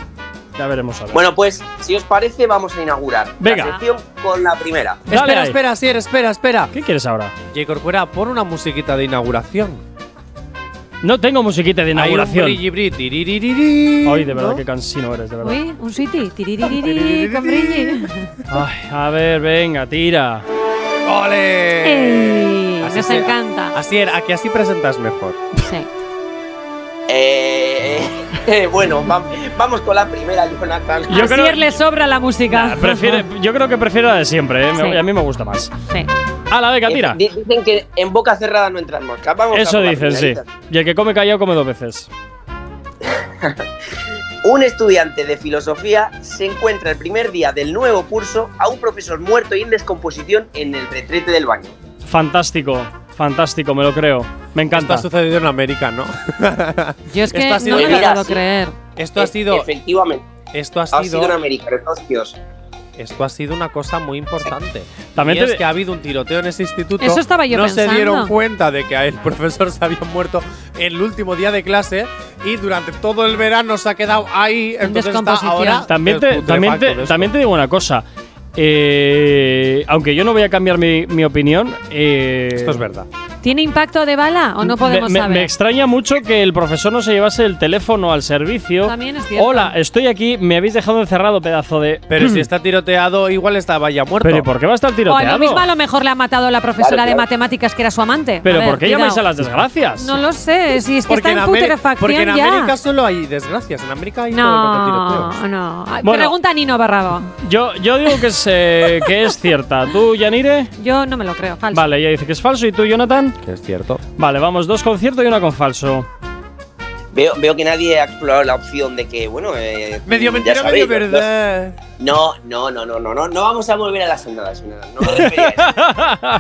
Speaker 1: Ya veremos a ver.
Speaker 11: Bueno, pues, si os parece, vamos a inaugurar
Speaker 1: Venga.
Speaker 11: la sección con la primera.
Speaker 1: Dale
Speaker 8: espera,
Speaker 1: ahí.
Speaker 8: espera, Sier, espera, espera.
Speaker 1: ¿Qué quieres ahora?
Speaker 8: J. Corcuera, pon una musiquita de inauguración.
Speaker 1: No tengo musiquita de inauguración.
Speaker 8: Hay un brilli, brilli, tiririri,
Speaker 1: Ay, de verdad,
Speaker 8: ¿no?
Speaker 1: qué cansino eres, de verdad.
Speaker 2: Uy, un sweetie. Tiriririri, con brilli.
Speaker 1: Ay, a ver, venga, tira.
Speaker 8: ¡Ole!
Speaker 2: Ey, Eh,
Speaker 8: Así
Speaker 2: Nos
Speaker 8: sea.
Speaker 1: Eh.
Speaker 2: encanta.
Speaker 8: Asier, a que así presentas mejor.
Speaker 2: Sí.
Speaker 11: Eh, eh, (laughs) bueno, va- vamos con la primera, Jonathan.
Speaker 1: Yo
Speaker 2: a
Speaker 1: creo-
Speaker 2: Sier le sobra la música.
Speaker 1: Ah, prefiere- yo creo que prefiero la de siempre, ¿eh? Me-
Speaker 2: Sí.
Speaker 1: a mí me gusta más.
Speaker 2: Sí.
Speaker 1: A la beca, tira.
Speaker 11: Eh, di- Dicen que en boca cerrada no entran moscas. Vamos a
Speaker 1: Eso
Speaker 11: por la
Speaker 1: dicen, sí.
Speaker 11: primerita.
Speaker 1: Y el que come callado come dos veces.
Speaker 11: Un estudiante de filosofía se encuentra el primer día del nuevo curso a un profesor muerto y en descomposición en el retrete del baño.
Speaker 1: Fantástico, fantástico, me lo creo. Me
Speaker 12: Esto ha
Speaker 1: encanta.
Speaker 12: sucedido en América, ¿no?
Speaker 2: Yo es que
Speaker 12: Esto ha sido-
Speaker 2: no me lo
Speaker 11: Mira,
Speaker 2: puedo
Speaker 11: sí.
Speaker 2: creer.
Speaker 12: Esto ha
Speaker 11: E-
Speaker 12: sido.
Speaker 11: Efectivamente,
Speaker 12: Esto ha
Speaker 11: ha sido en
Speaker 12: sido.
Speaker 11: América, Dios.
Speaker 12: Esto ha sido una cosa muy importante.
Speaker 1: También
Speaker 12: Y
Speaker 1: te-
Speaker 12: es que ha habido un tiroteo en ese instituto.
Speaker 2: Eso estaba yo
Speaker 12: no
Speaker 2: pensando.
Speaker 12: se dieron cuenta de que el (laughs) profesor se había muerto el último día de clase y durante todo el verano se ha quedado ahí.
Speaker 2: En
Speaker 12: Entonces está
Speaker 2: descomposición.
Speaker 12: ahora.
Speaker 1: También te,
Speaker 12: el
Speaker 1: también
Speaker 12: putrefacto de
Speaker 1: te,
Speaker 12: esto.
Speaker 1: también te digo una cosa. Eh, aunque yo no voy a cambiar mi, mi opinión. eh,
Speaker 12: Esto es verdad.
Speaker 2: ¿Tiene impacto de bala o no podemos
Speaker 1: me, me-
Speaker 2: saber?
Speaker 1: me extraña mucho que el profesor no se llevase el teléfono al servicio.
Speaker 2: También es cierto.
Speaker 1: Hola, estoy aquí, me habéis dejado encerrado, pedazo de.
Speaker 12: Pero
Speaker 1: (clears throat)
Speaker 12: si está tiroteado, igual estaba ya muerto.
Speaker 1: ¿Pero ¿y por qué va a estar
Speaker 2: o a
Speaker 1: tiroteado?
Speaker 2: lo mismo a lo mejor le ha matado la profesora
Speaker 11: Claro,
Speaker 2: de
Speaker 11: claro.
Speaker 2: matemáticas que era su amante.
Speaker 1: ¿Pero
Speaker 2: A ver,
Speaker 1: por qué llamáis
Speaker 2: cuidado.
Speaker 1: a las desgracias?
Speaker 2: No lo sé, si es que está en,
Speaker 12: Ameri-
Speaker 2: putrefacción
Speaker 12: porque en
Speaker 2: ya.
Speaker 12: América solo hay desgracias. En América hay todo el rato tiroteos.
Speaker 2: No, no. Ay,
Speaker 1: Bueno.
Speaker 2: Pregunta a Nino Barrabo.
Speaker 1: Yo, yo digo que es,
Speaker 2: (laughs)
Speaker 1: eh, que es cierta. ¿Tú, Yanire?
Speaker 2: Yo no me lo creo, falso.
Speaker 1: Vale, ella dice que es falso. ¿Y tú, Jonathan?
Speaker 12: Que es cierto.
Speaker 1: Vale, vamos, dos con cierto y una con falso.
Speaker 11: Veo, veo que nadie ha explorado la opción de que, bueno. eh,
Speaker 12: Medio
Speaker 11: ya
Speaker 12: mentira,
Speaker 11: sabéis,
Speaker 12: medio
Speaker 11: los- los-
Speaker 12: verdad.
Speaker 11: No, no, no, no, no, no, no vamos a volver a las andadas, no, no me refería a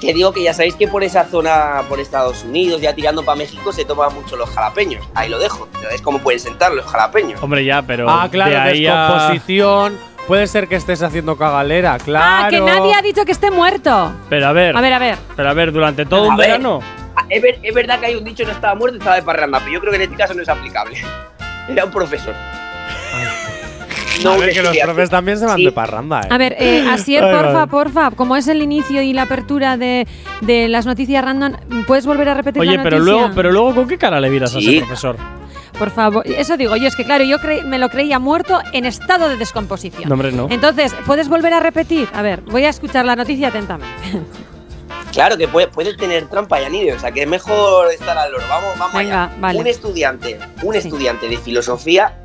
Speaker 12: (laughs)
Speaker 11: Que digo que ya sabéis que por esa zona, por Estados Unidos, ya tirando para México, se toman mucho los jalapeños. Ahí lo dejo. ¿Sabéis cómo pueden sentar los jalapeños?
Speaker 1: Hombre, ya, pero.
Speaker 12: Ah,
Speaker 1: de
Speaker 12: claro,
Speaker 1: ahí a-
Speaker 12: descomposición. Puede ser que estés haciendo cagalera, claro.
Speaker 2: Ah, que nadie ha dicho que esté muerto. A
Speaker 1: Pero a ver,
Speaker 2: ver, a ver.
Speaker 1: pero a ver, durante todo
Speaker 11: A
Speaker 1: un
Speaker 11: ver.
Speaker 1: verano.
Speaker 11: Ah, Es, ver- es verdad que hay un dicho, no estaba muerto, estaba de parranda, pero yo creo que en este caso no es aplicable. (laughs) Era un profesor. No,
Speaker 12: A
Speaker 11: un
Speaker 12: ver, que los
Speaker 11: estudiante.
Speaker 12: profes también se van
Speaker 11: Sí.
Speaker 12: de parranda, eh.
Speaker 2: A ver, eh, Asier,
Speaker 1: Ay,
Speaker 2: porfa,
Speaker 1: madre.
Speaker 2: porfa, como es el inicio y la apertura de, de las noticias random, ¿puedes volver a repetir
Speaker 1: Oye,
Speaker 2: la noticia?
Speaker 1: pero luego, pero luego, ¿con qué cara le miras a
Speaker 11: Sí.
Speaker 1: ese profesor?
Speaker 2: Por favor, eso digo yo, es que claro, yo cre- me lo creía muerto en estado de descomposición.
Speaker 1: No, hombre, no.
Speaker 2: Entonces, ¿puedes volver a repetir? A ver, voy a escuchar la noticia atentamente.
Speaker 11: Claro que puede, puede tener trampa, Yanide, o sea que es mejor estar al loro. Vamos, vamos
Speaker 2: Venga,
Speaker 11: allá.
Speaker 2: vale.
Speaker 11: Un estudiante, un
Speaker 2: Sí.
Speaker 11: estudiante de filosofía.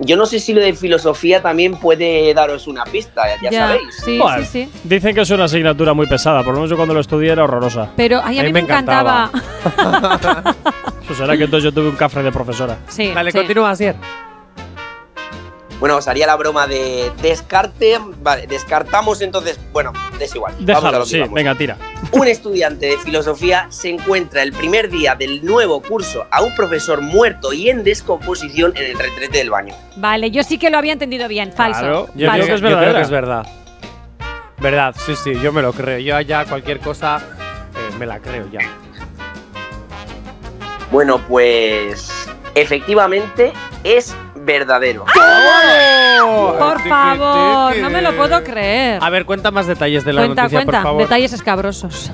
Speaker 11: Yo no sé si lo de filosofía también puede daros una pista, ya, sabéis.
Speaker 2: Sí,
Speaker 1: Bueno,
Speaker 2: sí, sí.
Speaker 1: Dicen que es una asignatura muy pesada, por lo menos yo cuando lo estudié era horrorosa.
Speaker 2: Pero ay, a mí me encantaba.
Speaker 1: Eso será que entonces yo tuve un cafre de profesora.
Speaker 2: (laughs) sí,
Speaker 12: Dale,
Speaker 2: sí.
Speaker 12: continúa, Asier.
Speaker 11: Bueno, os haría la broma de descarte. Vale, descartamos entonces. Bueno, es igual. Vamos a
Speaker 1: Déjalo,
Speaker 11: lo que
Speaker 1: sí,
Speaker 11: íbamos.
Speaker 1: venga, tira.
Speaker 11: Un estudiante de filosofía se encuentra el primer día del nuevo curso a un profesor muerto y en descomposición en el retrete del baño.
Speaker 2: Vale, yo sí que lo había entendido bien, falso.
Speaker 1: Claro, yo
Speaker 2: falso.
Speaker 1: creo que
Speaker 12: Yo
Speaker 1: es
Speaker 12: creo
Speaker 1: verdadera.
Speaker 12: que es verdad. Verdad, sí, sí, yo me lo creo. Yo ya cualquier cosa eh, me la creo ya.
Speaker 11: Bueno, pues efectivamente es verdadero.
Speaker 2: Por
Speaker 12: Tiki,
Speaker 2: favor,
Speaker 12: tiki.
Speaker 2: no me lo puedo creer.
Speaker 12: A ver, cuenta más detalles de la
Speaker 2: cuenta,
Speaker 12: noticia,
Speaker 2: cuenta,
Speaker 12: por favor.
Speaker 2: detalles escabrosos.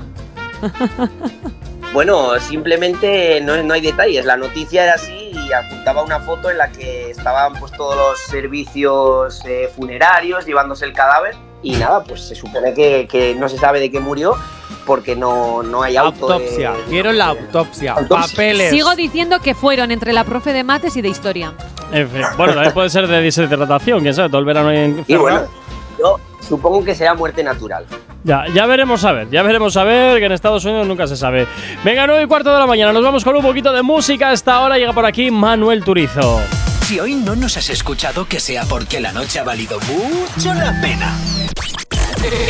Speaker 11: Bueno, simplemente no, no hay detalles. La noticia era así y apuntaba una foto en la que estaban pues todos los servicios eh, funerarios llevándose el cadáver y nada, pues se supone que, que no se sabe de qué murió porque no, no hay auto. de-
Speaker 12: Autopsia. Quiero la autopsia.
Speaker 11: Pues, Autopsia.
Speaker 12: Papeles.
Speaker 2: Sigo diciendo que fueron entre la profe de mates y de historia.
Speaker 1: En fin, bueno, también puede ser de deshidratación, quién sabe, todo el verano ahí en
Speaker 11: Y bueno, yo supongo que será muerte natural.
Speaker 1: Ya, ya veremos a ver, ya veremos a ver, que en Estados Unidos nunca se sabe. Venga, 9 y cuarto de la mañana, nos vamos con un poquito de música. Hasta ahora llega por aquí Manuel Turizo.
Speaker 4: Si hoy no nos has escuchado, que sea porque la noche ha valido mucho la pena.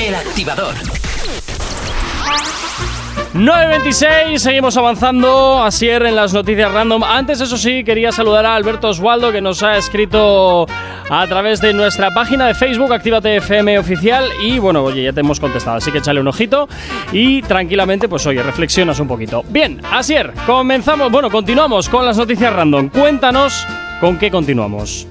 Speaker 4: El activador.
Speaker 1: 9.26, seguimos avanzando, Asier en las noticias random. Antes, eso sí, quería saludar a Alberto Osvaldo que nos ha escrito a través de nuestra página de Facebook, Actívate FM Oficial. Y bueno, oye, ya te hemos contestado, así que échale un ojito y tranquilamente, pues oye, reflexionas un poquito. Bien, Asier, comenzamos, bueno, continuamos con las noticias random. Cuéntanos con qué continuamos.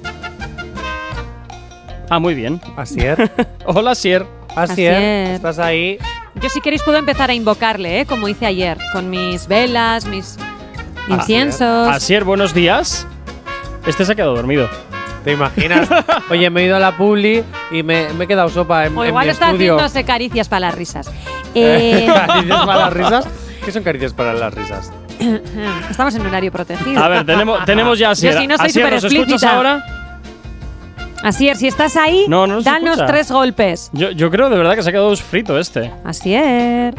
Speaker 1: Ah, muy bien.
Speaker 12: Así es.
Speaker 1: Hola, Asier.
Speaker 12: (laughs) Así
Speaker 2: Asier.
Speaker 12: es. Estás ahí.
Speaker 2: Yo si queréis puedo empezar a invocarle, ¿eh? como hice ayer, con mis velas, mis inciensos.
Speaker 1: Asier, buenos días. Este se ha quedado dormido.
Speaker 12: ¿Te imaginas? Oye, me he ido a la publi y me, me he quedado sopa en,
Speaker 2: o
Speaker 12: en
Speaker 2: igual
Speaker 12: mi
Speaker 2: está
Speaker 12: estudio. (laughs)
Speaker 2: haciéndose caricias para las risas. Eh,
Speaker 12: ¿Caricias para las risas? ¿Qué son caricias para las risas?
Speaker 2: Estamos en horario protegido.
Speaker 1: A ver,
Speaker 2: (laughs)
Speaker 1: tenemos, tenemos ya a Asier.
Speaker 2: Yo si no soy
Speaker 1: Asier, ¿nos
Speaker 2: superexplícita.
Speaker 1: escuchas ahora?
Speaker 2: Así es, si estás ahí,
Speaker 1: No, no se
Speaker 2: danos
Speaker 1: escucha.
Speaker 2: tres golpes.
Speaker 1: Yo, yo creo de verdad que se ha quedado frito este.
Speaker 2: Así es.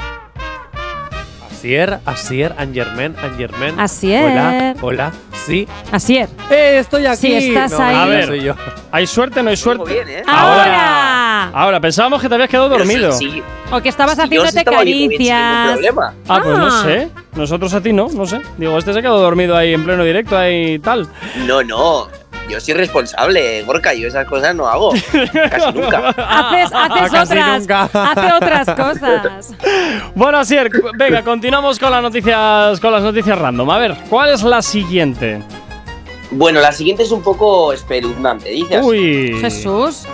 Speaker 12: Asier, Asier, Angermen, Angermen.
Speaker 2: Asier.
Speaker 12: Hola, hola, sí.
Speaker 2: Así es.
Speaker 8: ¡Eh, estoy aquí!
Speaker 2: Si estás
Speaker 8: No,
Speaker 2: ahí.
Speaker 1: A
Speaker 8: no
Speaker 1: ver.
Speaker 8: soy yo. (laughs)
Speaker 1: ¿Hay suerte o no hay suerte?
Speaker 11: bien,
Speaker 12: Ah,
Speaker 11: ¿eh?
Speaker 2: Ahora.
Speaker 1: Ahora, pensábamos que te habías quedado
Speaker 11: Pero
Speaker 1: dormido.
Speaker 11: sí, sí.
Speaker 2: O que estabas
Speaker 11: Sí, yo sí
Speaker 2: haciéndote
Speaker 11: estaba ahí, no hubiese ningún
Speaker 2: caricias.
Speaker 11: problema.
Speaker 1: Ah, pues no
Speaker 2: Ah.
Speaker 1: sé. Nosotros a ti no, no sé. Digo, este se ha quedado dormido ahí en pleno directo, ahí tal.
Speaker 11: No, no. Yo soy responsable, Gorka. Yo esas cosas no hago.
Speaker 1: (laughs)
Speaker 11: Casi nunca.
Speaker 2: (laughs) Haces,
Speaker 1: Ah,
Speaker 2: haces
Speaker 8: casi
Speaker 2: otras.
Speaker 8: nunca.
Speaker 2: Hace otras cosas.
Speaker 1: Bueno, Asier, cu- venga, continuamos con las noticias con las noticias random. A ver, ¿cuál es la siguiente?
Speaker 11: Bueno, la siguiente es un poco espeluznante. Dice así.
Speaker 1: Uy.
Speaker 2: Jesús.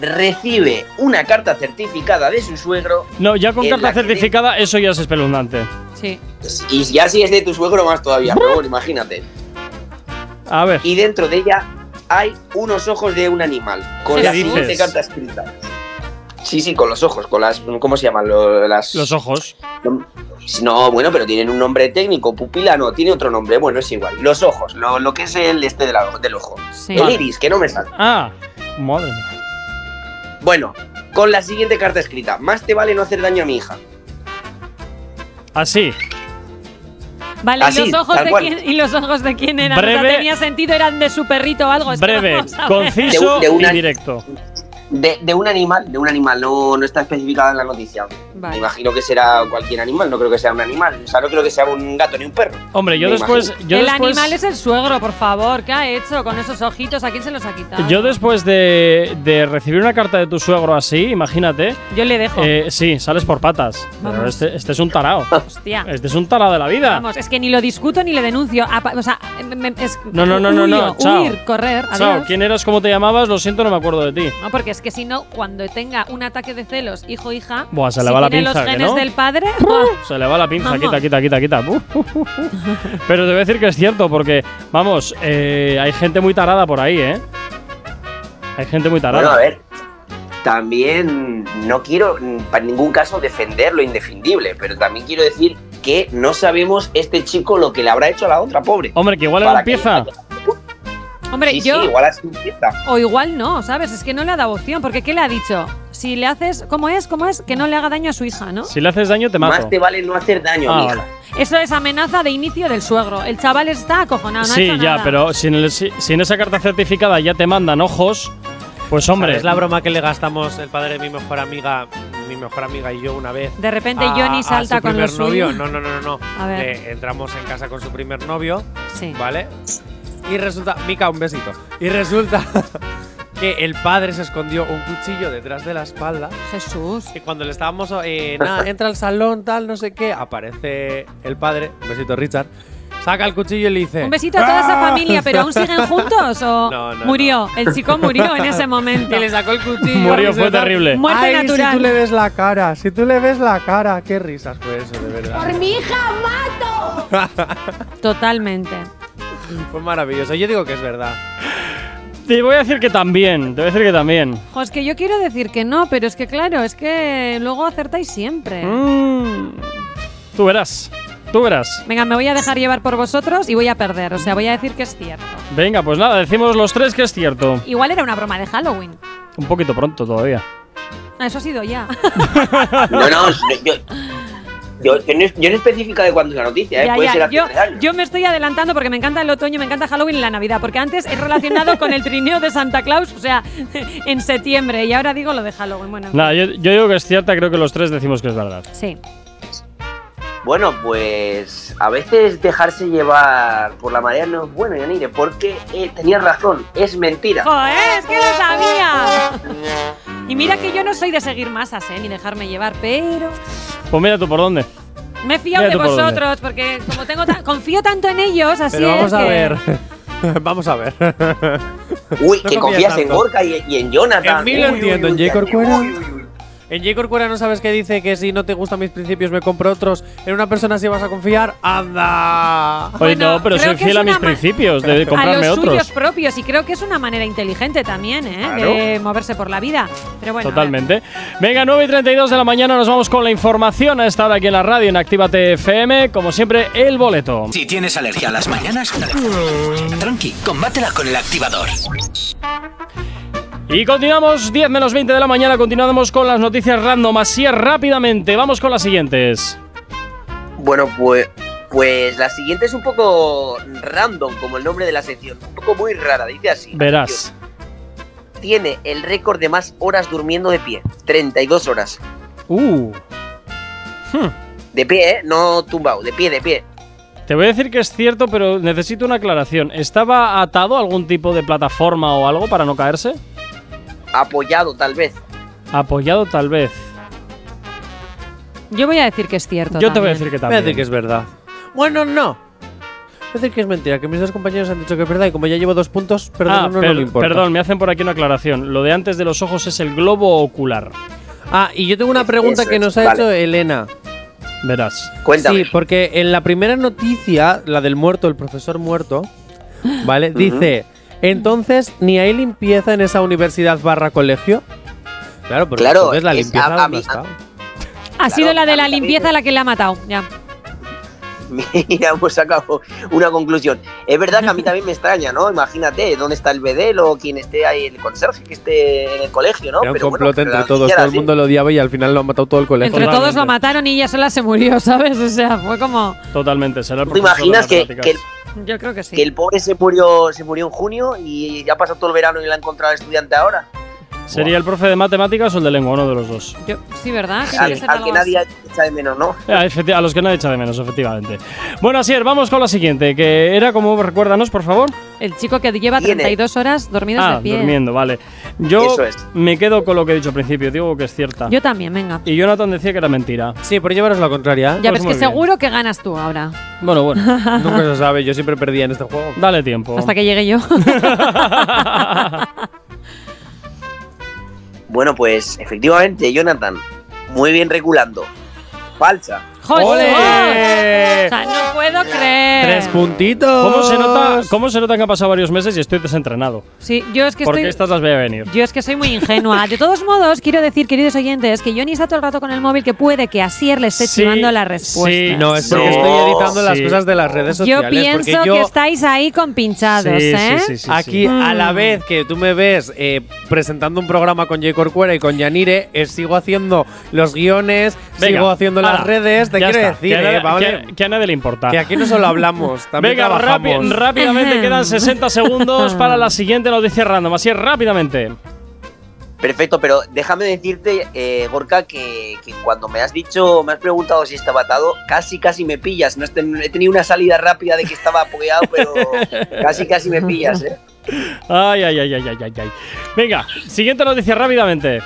Speaker 11: Recibe una carta certificada de su suegro.
Speaker 1: No, ya con
Speaker 11: En
Speaker 1: carta
Speaker 11: la que-
Speaker 1: certificada, eso ya es espeluznante.
Speaker 2: Sí.
Speaker 11: Y ya si es de tu suegro, más todavía. Pero bueno, imagínate.
Speaker 1: A ver.
Speaker 11: Y dentro de ella hay unos ojos de un animal. Con
Speaker 1: ¿Qué
Speaker 11: la
Speaker 1: dices?
Speaker 11: siguiente carta escrita. Sí, sí, con los ojos, con las. ¿Cómo se llaman? Lo- Las.
Speaker 1: Los ojos.
Speaker 11: No, bueno, pero tienen un nombre técnico, pupila no, tiene otro nombre, bueno, es igual. Los ojos, lo, lo que es el este de la- del ojo.
Speaker 2: Sí.
Speaker 11: El iris, que no me sale.
Speaker 1: Ah, madre mía.
Speaker 11: Bueno, con la siguiente carta escrita. Más te vale no hacer daño a mi hija.
Speaker 1: Así.
Speaker 2: Vale,
Speaker 11: Así,
Speaker 2: y, los ojos
Speaker 11: tal
Speaker 2: de
Speaker 11: cual.
Speaker 2: quién, ¿y los ojos de quién eran? O sea,
Speaker 1: Breve.
Speaker 2: tenía sentido, eran de su perrito o algo. Es que
Speaker 1: Breve,
Speaker 2: Pues vamos a ver.
Speaker 1: conciso
Speaker 11: De- de una-
Speaker 1: y directo.
Speaker 11: De, de un animal, de un animal, no, no está especificada en la noticia. Me
Speaker 2: Vale.
Speaker 11: imagino que será cualquier animal, no creo que sea un animal. O sea, no creo que sea un gato ni un perro.
Speaker 1: Hombre, yo
Speaker 11: Me
Speaker 1: después.
Speaker 11: imagino.
Speaker 1: Yo
Speaker 2: el
Speaker 1: después,
Speaker 2: animal es el suegro, por favor. ¿Qué ha hecho con esos ojitos? ¿A quién se los ha quitado?
Speaker 1: Yo después de, de recibir una carta de tu suegro así, imagínate.
Speaker 2: Yo le dejo.
Speaker 1: eh, sí, sales por patas. Pero
Speaker 2: Oh. Vamos.
Speaker 1: este, este es un
Speaker 2: (laughs)
Speaker 1: tarao.
Speaker 2: Hostia.
Speaker 1: Este es un tarao de la vida.
Speaker 2: Vamos, es que ni lo discuto ni le denuncio. Apa- o sea, me- me- es-
Speaker 1: No, no, no, no,
Speaker 2: huyo,
Speaker 1: no, chao.
Speaker 2: Huir, correr. Adiós.
Speaker 1: Chao, ¿quién eras? ¿Cómo te llamabas? Lo siento, no me acuerdo de ti.
Speaker 2: No, porque es que si no, cuando tenga un ataque de celos, hijo hija,
Speaker 1: Buah, se
Speaker 2: si
Speaker 1: le va la
Speaker 2: tiene
Speaker 1: pinza,
Speaker 2: los
Speaker 1: ¿que
Speaker 2: genes
Speaker 1: no?
Speaker 2: del padre, buah,
Speaker 1: Se le va la pinza,
Speaker 2: Vamos.
Speaker 1: quita, quita, quita, quita. Uh, uh,
Speaker 2: (laughs)
Speaker 1: uh, uh. Pero te voy a decir que es cierto, porque, vamos, eh, hay gente muy tarada por ahí, ¿eh? Hay gente muy
Speaker 11: Bueno, a
Speaker 1: tarada.
Speaker 11: ver. También no quiero mm, para ningún caso defender lo indefendible, pero también quiero decir que no sabemos este chico lo que le habrá hecho a la otra, pobre.
Speaker 1: Hombre, que igual era
Speaker 11: Para
Speaker 1: una pieza.
Speaker 11: que-
Speaker 2: hombre,
Speaker 11: Sí,
Speaker 2: yo
Speaker 11: sí, igual así empieza.
Speaker 2: o igual no, ¿sabes? Es que no le ha dado opción, porque ¿qué le ha dicho? Si le haces, ¿cómo es? ¿Cómo es? Que no le haga daño a su hija, ¿no?
Speaker 1: Si le haces daño, te mato.
Speaker 11: Más te vale no hacer daño,
Speaker 1: Ah,
Speaker 11: mija.
Speaker 1: vale.
Speaker 2: Eso es amenaza de inicio del suegro. El chaval está acojonado, Ah, no ha
Speaker 1: sí,
Speaker 2: hecho
Speaker 1: ya,
Speaker 2: nada.
Speaker 1: pero si en, el- si- si en esa carta certificada ya te mandan ojos, pues hombre.
Speaker 8: Es la broma que le gastamos el padre de mi mejor amiga, mi mejor amiga y yo una vez.
Speaker 2: De repente
Speaker 8: a-
Speaker 2: Johnny
Speaker 8: a
Speaker 2: salta
Speaker 8: Ah, su
Speaker 2: con
Speaker 8: primer
Speaker 2: los
Speaker 8: novio.
Speaker 2: suyos.
Speaker 8: No, no, no, no. no.
Speaker 2: A ver.
Speaker 8: Le- entramos en casa con su primer novio,
Speaker 2: Sí.
Speaker 8: ¿vale? Y resulta, Mica, un besito. Y resulta (laughs) que el padre se escondió un cuchillo detrás de la espalda.
Speaker 2: Jesús.
Speaker 8: Y cuando le estábamos, eh, nada, entra al salón, tal, no sé qué, aparece el padre, un besito Richard, saca el cuchillo y le dice.
Speaker 2: Un besito a toda esa
Speaker 8: "¡Ah!".
Speaker 2: familia, pero ¿aún
Speaker 8: (laughs)
Speaker 2: siguen juntos o
Speaker 8: No, no,
Speaker 2: murió? El chico murió en
Speaker 8: (laughs)
Speaker 2: ese momento.
Speaker 8: Y le sacó el cuchillo.
Speaker 1: Murió,
Speaker 8: y se
Speaker 1: fue
Speaker 8: da-
Speaker 1: terrible.
Speaker 2: Muerte
Speaker 8: Ay,
Speaker 2: natural.
Speaker 8: Si tú le ves la cara, si tú le ves la cara, qué risas fue eso, de verdad.
Speaker 10: mi hija mato!
Speaker 2: Totalmente.
Speaker 8: Fue maravilloso. Yo digo que es verdad.
Speaker 1: Te voy a decir que también, te voy a decir que también.
Speaker 2: Jo, es que yo quiero decir que no, pero es que claro, es que luego acertáis siempre.
Speaker 1: Mm. Tú verás, tú verás.
Speaker 2: Venga, me voy a dejar llevar por vosotros y voy a perder. O sea, voy a decir que es cierto.
Speaker 1: Venga, pues nada, decimos los tres que es cierto.
Speaker 2: Igual era una broma de Halloween.
Speaker 1: Un poquito pronto todavía.
Speaker 2: Ah, Eso ha sido ya.
Speaker 11: No, no, yo, yo, yo no, yo no especifica de cuándo es la noticia, ¿eh?
Speaker 2: Ya,
Speaker 11: puede
Speaker 2: ya.
Speaker 11: ser hace
Speaker 2: Yo,
Speaker 11: tres años.
Speaker 2: yo me estoy adelantando porque me encanta el otoño, me encanta Halloween y la Navidad. Porque antes es relacionado con el trineo de Santa Claus, o sea, (laughs) en septiembre. Y ahora digo lo de Halloween. Bueno, en fin.
Speaker 1: Nada, yo, yo digo que es cierta, creo que los tres decimos que es verdad.
Speaker 2: sí.
Speaker 11: Bueno, pues a veces dejarse llevar por la marea no es bueno, Yanire, porque eh, tenías razón, es mentira.
Speaker 2: ¡Joder, es que lo sabía! Y mira que yo no soy de seguir masas, ¿eh? Ni dejarme llevar, pero
Speaker 1: Pues mira tú por dónde.
Speaker 2: me he fiado
Speaker 1: Mira
Speaker 2: de
Speaker 1: tú por dónde.
Speaker 2: vosotros porque como tengo tan- confío tanto en ellos, así
Speaker 8: Pero vamos
Speaker 2: es
Speaker 8: a
Speaker 2: que-
Speaker 8: ver. (laughs) vamos a ver.
Speaker 11: Uy,
Speaker 8: No confías
Speaker 11: que confías en
Speaker 8: tanto.
Speaker 11: Gorka y, y en Jonathan.
Speaker 8: En mí lo
Speaker 11: Uy, uy,
Speaker 8: entiendo,
Speaker 11: uy,
Speaker 8: en J. Corcuera.
Speaker 11: uy, uy, uy.
Speaker 8: En J. Corcuera no sabes qué dice que si no te gustan mis principios me compro otros. En una persona si vas a confiar, anda.
Speaker 1: Oye,
Speaker 2: Bueno,
Speaker 1: no, pero
Speaker 2: creo
Speaker 1: soy
Speaker 2: que
Speaker 1: fiel
Speaker 2: es
Speaker 1: a mis
Speaker 2: una ma-
Speaker 1: principios de
Speaker 2: a
Speaker 1: comprarme
Speaker 2: los suyos
Speaker 1: otros.
Speaker 2: propios y creo que es una manera inteligente también, ¿eh? De moverse por la vida. Pero bueno, a ver.
Speaker 1: Totalmente. Venga, 9 y 32 de la mañana nos vamos con la información a esta hora aquí en la radio en Actívate FM. Como siempre, el boleto.
Speaker 4: Si tienes alergia a las mañanas, tranqui, combátela con el activador.
Speaker 1: Y continuamos, 10 menos 20 de la mañana, continuamos con las noticias random, así es, rápidamente. Vamos con las siguientes.
Speaker 11: Bueno, pues, pues la siguiente es un poco random, como el nombre de la sección. Un poco muy rara, dice así.
Speaker 1: Verás.
Speaker 11: Atención. Tiene el récord de más horas durmiendo de pie. 32 horas.
Speaker 1: Uh.
Speaker 11: De pie, ¿eh? No tumbado, de pie, de pie.
Speaker 1: Te voy a decir que es cierto, pero necesito una aclaración. ¿Estaba atado a algún tipo de plataforma o algo para no caerse?
Speaker 11: Apoyado, tal vez.
Speaker 1: Apoyado tal vez.
Speaker 2: Yo voy a decir que es cierto.
Speaker 1: Yo te voy a decir
Speaker 2: también.
Speaker 1: que
Speaker 8: Voy a
Speaker 1: también.
Speaker 8: decir que es verdad. Bueno, no. Voy a decir que es mentira, que mis dos compañeros han dicho que es verdad y como ya llevo dos puntos, perdón,
Speaker 1: ah,
Speaker 8: no,
Speaker 1: per-
Speaker 8: me importa.
Speaker 1: perdón, me hacen por aquí una aclaración. Lo de antes de los ojos es el globo ocular.
Speaker 8: Ah, y yo tengo una pregunta
Speaker 11: Eso
Speaker 8: que
Speaker 11: es,
Speaker 8: nos ha
Speaker 11: vale.
Speaker 8: hecho Elena.
Speaker 1: Verás.
Speaker 11: Cuéntame.
Speaker 8: Sí, porque en la primera noticia, la del muerto, el profesor muerto, ¿vale? Dice, entonces, ¿ni hay limpieza en esa universidad barra colegio? Claro, porque
Speaker 11: Claro,
Speaker 8: entonces la
Speaker 11: es-
Speaker 8: limpieza
Speaker 11: a- a
Speaker 8: ¿dónde
Speaker 11: mí-
Speaker 8: está?
Speaker 2: Ha sido
Speaker 11: Claro,
Speaker 2: la de la
Speaker 11: a mí también.
Speaker 2: limpieza la que le ha matado. Ya.
Speaker 11: (laughs) Mira, hemos sacado una conclusión. Es
Speaker 2: (laughs)
Speaker 11: verdad que a mí también me extraña, ¿no? Imagínate, ¿dónde está el bedel o quien esté ahí, el conserje que esté en el colegio, ¿no?
Speaker 8: Era un
Speaker 11: Pero bueno,
Speaker 8: complot
Speaker 11: que la
Speaker 8: entre todos,
Speaker 11: noticia
Speaker 8: todo
Speaker 11: era
Speaker 8: el
Speaker 11: así.
Speaker 8: mundo lo odiaba y al final lo ha matado todo el colegio.
Speaker 2: Entre todos
Speaker 1: Totalmente.
Speaker 2: lo mataron y ella sola se murió, (laughs) ¿sabes? O sea, fue como.
Speaker 1: Totalmente, será el
Speaker 11: ¿Tú te
Speaker 1: profesor de
Speaker 11: imaginas que-
Speaker 1: matemáticas.
Speaker 11: que el-
Speaker 2: Yo creo que sí.
Speaker 11: Que el pobre se murió, se murió en junio y ya ha pasado todo el verano y la ha encontrado el estudiante ahora.
Speaker 1: ¿Sería el profe de matemáticas o el de lengua? Uno de los dos.
Speaker 2: Yo- sí, ¿verdad? Tiene que
Speaker 11: Al,
Speaker 2: ser
Speaker 11: al
Speaker 2: algo
Speaker 11: que
Speaker 2: así.
Speaker 11: nadie echa de menos, ¿no?
Speaker 1: Ah, efecti- A los que nadie echa de menos, efectivamente. Bueno, Asier, vamos con la siguiente, que era como, recuérdanos, por favor.
Speaker 2: El chico que lleva
Speaker 11: Tiene.
Speaker 2: 32 horas dormidas
Speaker 1: Ah,
Speaker 2: de pie.
Speaker 1: durmiendo, vale. Yo
Speaker 11: Eso es.
Speaker 1: me quedo con lo que he dicho al principio, digo que es cierta.
Speaker 2: Yo también, venga.
Speaker 1: Y Jonathan decía que era mentira.
Speaker 8: Sí, pero llevaros la contraria. ¿eh?
Speaker 2: Ya
Speaker 1: pues
Speaker 2: ves
Speaker 1: muy
Speaker 2: que
Speaker 1: bien.
Speaker 2: seguro que ganas tú ahora.
Speaker 1: Bueno,
Speaker 2: (laughs)
Speaker 1: bueno,
Speaker 8: Nunca se sabe, yo siempre perdía en este juego.
Speaker 1: dale tiempo. (laughs)
Speaker 2: Hasta que llegue yo. (laughs)
Speaker 11: Bueno, pues efectivamente, Jonathan, muy bien reculando. Falsa.
Speaker 2: ¡Joder!
Speaker 1: ¡Ole!
Speaker 2: O sea, no puedo creer.
Speaker 8: ¡Tres puntitos!
Speaker 1: Eh. ¿Cómo se, nota, ¿Cómo se nota que han pasado varios meses y estoy desentrenado?
Speaker 2: Sí, yo es que
Speaker 1: Porque
Speaker 2: estoy.
Speaker 1: estas las voy a venir.
Speaker 2: Yo es que soy muy ingenua. De todos modos, quiero decir, queridos oyentes, que Johnny está todo el rato con el móvil que puede que Asier le esté
Speaker 1: Sí,
Speaker 2: chivando la
Speaker 1: sí,
Speaker 2: respuesta.
Speaker 8: No, es porque
Speaker 11: No.
Speaker 8: estoy editando las
Speaker 1: Sí.
Speaker 8: cosas de las redes
Speaker 2: yo
Speaker 8: sociales. porque
Speaker 2: pienso
Speaker 8: yo
Speaker 2: que estáis ahí con pinchados,
Speaker 1: Sí,
Speaker 2: ¿eh?
Speaker 1: sí, sí, sí, sí.
Speaker 8: Aquí, a la
Speaker 2: Mm.
Speaker 8: vez que tú me ves eh, presentando un programa con Jay Corcuera y con Yanire, eh, sigo haciendo los guiones,
Speaker 1: Venga,
Speaker 8: sigo haciendo las
Speaker 1: ala,
Speaker 8: redes. Te
Speaker 1: ya
Speaker 8: quiero
Speaker 1: está, que,
Speaker 8: decir,
Speaker 1: a
Speaker 8: eh,
Speaker 1: nadie-
Speaker 8: vale,
Speaker 1: que a- que a nadie le importa.
Speaker 8: que aquí no solo hablamos, también
Speaker 1: Venga, rápi-
Speaker 8: trabajamos.
Speaker 1: rápidamente,
Speaker 2: Ajá.
Speaker 1: quedan 60 segundos para
Speaker 2: (laughs)
Speaker 1: la siguiente noticia random. Así es, rápidamente.
Speaker 11: Perfecto, pero déjame decirte, eh, Gorka, que, que cuando me has dicho, me has preguntado si estaba atado, casi casi me pillas. No has ten- he tenido una salida rápida de que estaba apoyado,
Speaker 1: (laughs)
Speaker 11: pero casi casi me pillas, ¿eh?
Speaker 1: Ay, ay, ay, ay, ay, ay, ay. Venga, siguiente noticia rápidamente.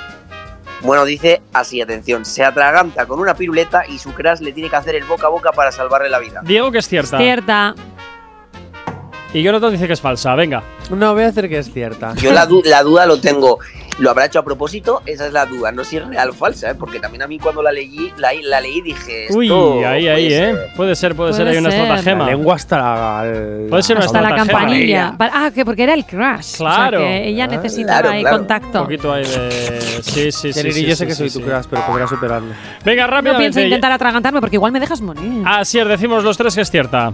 Speaker 11: Bueno, dice así, atención, se atraganta con una piruleta y su crush le tiene que hacer el boca a boca para salvarle la vida.
Speaker 1: Diego que es cierta.
Speaker 2: Cierta.
Speaker 1: Y Jonathan dice que es falsa. Venga.
Speaker 8: No, voy a decir que es cierta.
Speaker 11: Yo la, du- la duda lo tengo. ¿Lo habrá hecho a propósito? Esa es la duda. No sé si es real o falsa, ¿eh? porque también a mí cuando la leí, la, la leí dije. Esto
Speaker 1: Uy, ahí,
Speaker 11: puede
Speaker 1: ahí,
Speaker 11: ser.
Speaker 1: ¿eh? Puede ser, puede, ser.
Speaker 2: Puede
Speaker 1: Hay una
Speaker 2: ser.
Speaker 1: estratagema.
Speaker 8: La lengua hasta la. la-
Speaker 1: Puede ser una
Speaker 2: Hasta la
Speaker 1: Estratagema.
Speaker 2: campanilla. Pa- Ah, que porque era el crush. O sea,
Speaker 1: Claro.
Speaker 2: que ella necesitaba
Speaker 11: Ah, Claro,
Speaker 2: ahí
Speaker 11: claro.
Speaker 1: Un
Speaker 2: contacto.
Speaker 1: poquito ahí de. Sí, sí, sí.
Speaker 8: Yanire,
Speaker 1: sí,
Speaker 8: yo
Speaker 1: sí,
Speaker 8: sé que
Speaker 1: sí,
Speaker 8: soy
Speaker 1: sí.
Speaker 8: tu crush, pero podrás superarlo.
Speaker 1: Venga,
Speaker 2: No pienso
Speaker 1: rápidamente.
Speaker 2: intentar atragantarme porque igual me dejas morir.
Speaker 1: Así es, decimos los tres que es cierta.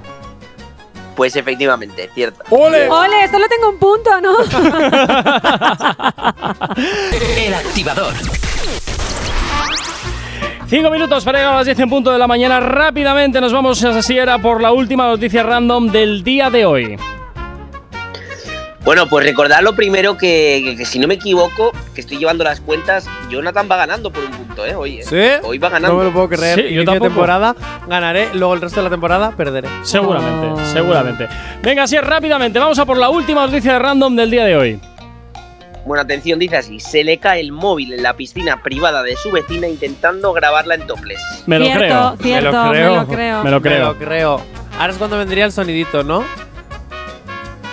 Speaker 11: Pues efectivamente, cierto.
Speaker 1: eh.
Speaker 3: ¡Ole!
Speaker 2: Ole, solo tengo un
Speaker 1: (laughs)
Speaker 2: punto, ¿no?
Speaker 4: El activador.
Speaker 1: Cinco minutos para llegar a las 10 en punto de la mañana. Rápidamente nos vamos a Sierra por la última noticia random del día de hoy.
Speaker 11: Bueno, pues recordad lo primero que, que- que si no me equivoco, que estoy llevando las cuentas, Jonathan va ganando por un punto, ¿eh? Hoy, ¿eh?
Speaker 8: ¿Sí?
Speaker 11: Hoy va
Speaker 8: No me lo
Speaker 11: ganando.
Speaker 8: puedo creer.
Speaker 1: Sí, yo
Speaker 8: Inicio de
Speaker 1: tampoco.
Speaker 8: temporada ganaré, luego el resto de la temporada perderé.
Speaker 1: Seguramente,
Speaker 2: Oh.
Speaker 1: seguramente. Venga, así es, rápidamente. Vamos a por la última noticia de random del día de hoy.
Speaker 11: Bueno, atención, dice así: se le cae el móvil en la piscina privada de su vecina intentando grabarla en toples.
Speaker 1: Me lo
Speaker 2: cierto,
Speaker 1: creo.
Speaker 2: cierto,
Speaker 8: Me lo
Speaker 2: me lo
Speaker 8: creo.
Speaker 2: creo.
Speaker 1: Me lo
Speaker 8: Me
Speaker 1: creo.
Speaker 8: lo creo. Ahora es cuando vendría el sonidito, ¿no?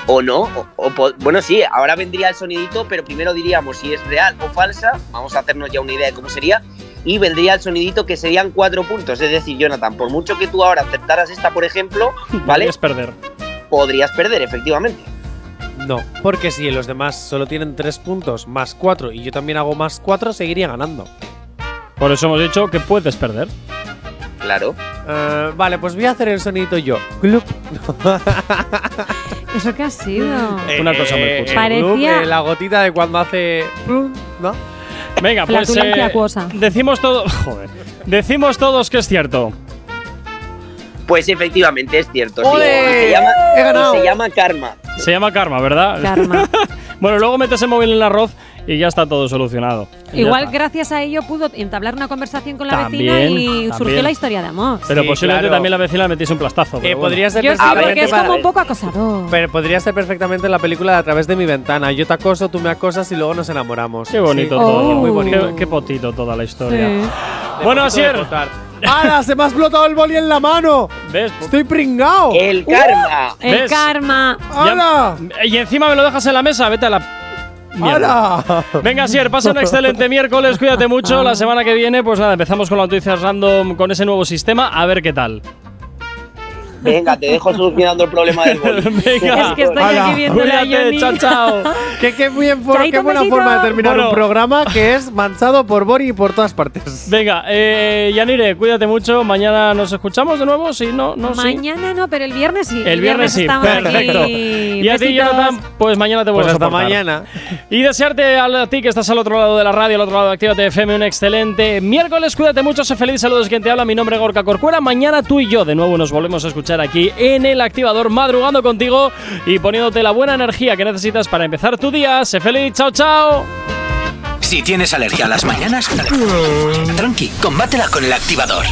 Speaker 11: o no. o- o po- bueno, sí, ahora vendría el sonidito, pero primero diríamos si es real o falsa. Vamos a hacernos ya una idea de cómo sería. Y vendría el sonidito que serían cuatro puntos. Es decir, Jonathan, por mucho que tú ahora aceptaras esta, por
Speaker 8: (laughs)
Speaker 11: ejemplo, ¿vale?
Speaker 1: Podrías perder.
Speaker 11: Podrías perder, efectivamente.
Speaker 8: No, porque si los demás solo tienen 3 puntos más 4 y yo también hago más 4, seguiría ganando.
Speaker 1: Por eso hemos dicho que puedes perder.
Speaker 11: Claro.
Speaker 8: Eh, vale, pues voy a hacer el sonidito yo. Glup.
Speaker 2: ¿Eso qué ha sido?
Speaker 8: Eh,
Speaker 1: Una cosa muy cursi.
Speaker 8: el glup,
Speaker 2: Parecía-
Speaker 8: eh, la gotita de cuando hace. Eh, plum, ¿No?
Speaker 1: Venga, pues.
Speaker 2: Flatulencia
Speaker 1: eh,
Speaker 2: acuosa.
Speaker 1: decimos todo. (laughs) Joder. Decimos todos que es cierto.
Speaker 11: Pues efectivamente es cierto. sí.
Speaker 8: ¡Ole!
Speaker 11: Y se llama,
Speaker 8: ¡He
Speaker 11: y
Speaker 8: ganado!
Speaker 11: se llama karma.
Speaker 1: Se llama karma, ¿verdad?
Speaker 2: Karma.
Speaker 1: (laughs) bueno, luego metes el móvil en el arroz y ya está todo solucionado. Ya
Speaker 2: Igual
Speaker 1: está.
Speaker 2: gracias a ello pudo entablar una conversación con la
Speaker 1: También,
Speaker 2: vecina y surgió
Speaker 1: también.
Speaker 2: la historia de amor.
Speaker 1: Pero
Speaker 8: Sí,
Speaker 1: posiblemente
Speaker 8: claro.
Speaker 1: también la vecina le metiese un plastazo.
Speaker 8: Eh,
Speaker 1: pero bueno.
Speaker 8: podría ser
Speaker 2: Yo sí,
Speaker 8: perfectamente
Speaker 2: porque es
Speaker 8: para-
Speaker 2: como un poco acosador.
Speaker 8: Pero podría ser perfectamente la película de a través de mi ventana. Yo te acoso, tú me acosas y luego nos enamoramos.
Speaker 1: Qué bonito
Speaker 8: Sí.
Speaker 1: todo.
Speaker 2: Oh.
Speaker 8: Muy bonito.
Speaker 1: Qué, qué potito toda la historia.
Speaker 2: Sí.
Speaker 1: Bueno,
Speaker 8: Qué bonito de
Speaker 1: Asier,
Speaker 8: votar. ¡Hala! Se me ha explotado el boli en la mano.
Speaker 1: ¿ves?
Speaker 8: Estoy pringao.
Speaker 3: Oh.
Speaker 11: El karma.
Speaker 2: El
Speaker 1: ¿Ves?
Speaker 2: karma.
Speaker 8: ¡Hala!
Speaker 1: Y encima me lo dejas en la mesa, vete a la. Mierda.
Speaker 8: ¡Hala!
Speaker 1: Venga, Asier, pasa un excelente miércoles, cuídate mucho. La semana que viene, pues nada, empezamos con las noticias random con ese nuevo sistema, a ver qué tal.
Speaker 11: Venga, te dejo solucionando el problema del boli.
Speaker 1: Venga.
Speaker 2: Es que estoy
Speaker 8: Hala.
Speaker 2: aquí viendo la
Speaker 1: Cuídate, chao,
Speaker 2: (laughs)
Speaker 1: chao.
Speaker 8: Qué, qué bien for-
Speaker 2: Chaito,
Speaker 8: qué buena
Speaker 2: besito.
Speaker 8: forma de terminar
Speaker 1: Bueno.
Speaker 8: un programa que es manchado por Bori y por todas partes.
Speaker 1: Venga, eh, Yanire, cuídate mucho. Mañana nos escuchamos de nuevo. Si no, no, sí.
Speaker 2: Mañana no, pero el viernes sí.
Speaker 1: El viernes sí,
Speaker 2: estamos aquí.
Speaker 1: perfecto. Y a ti,
Speaker 2: Besitos.
Speaker 1: Jonathan, pues mañana te
Speaker 8: Pues
Speaker 1: vuelvo a
Speaker 8: hasta
Speaker 1: soportar.
Speaker 8: mañana.
Speaker 1: Y desearte a la- ti que estás al otro lado de la radio, al otro lado de Actívate FM, un excelente miércoles. Cuídate mucho, sé feliz. Saludos, quien te habla. Mi nombre es Gorka Corcuera. Mañana tú y yo de nuevo nos volvemos a escuchar aquí en El Activador, madrugando contigo y poniéndote la buena energía que necesitas para empezar tu día. Sé feliz, chao, chao.
Speaker 4: Si tienes alergia a las mañanas, tranqui, combátela con el activador.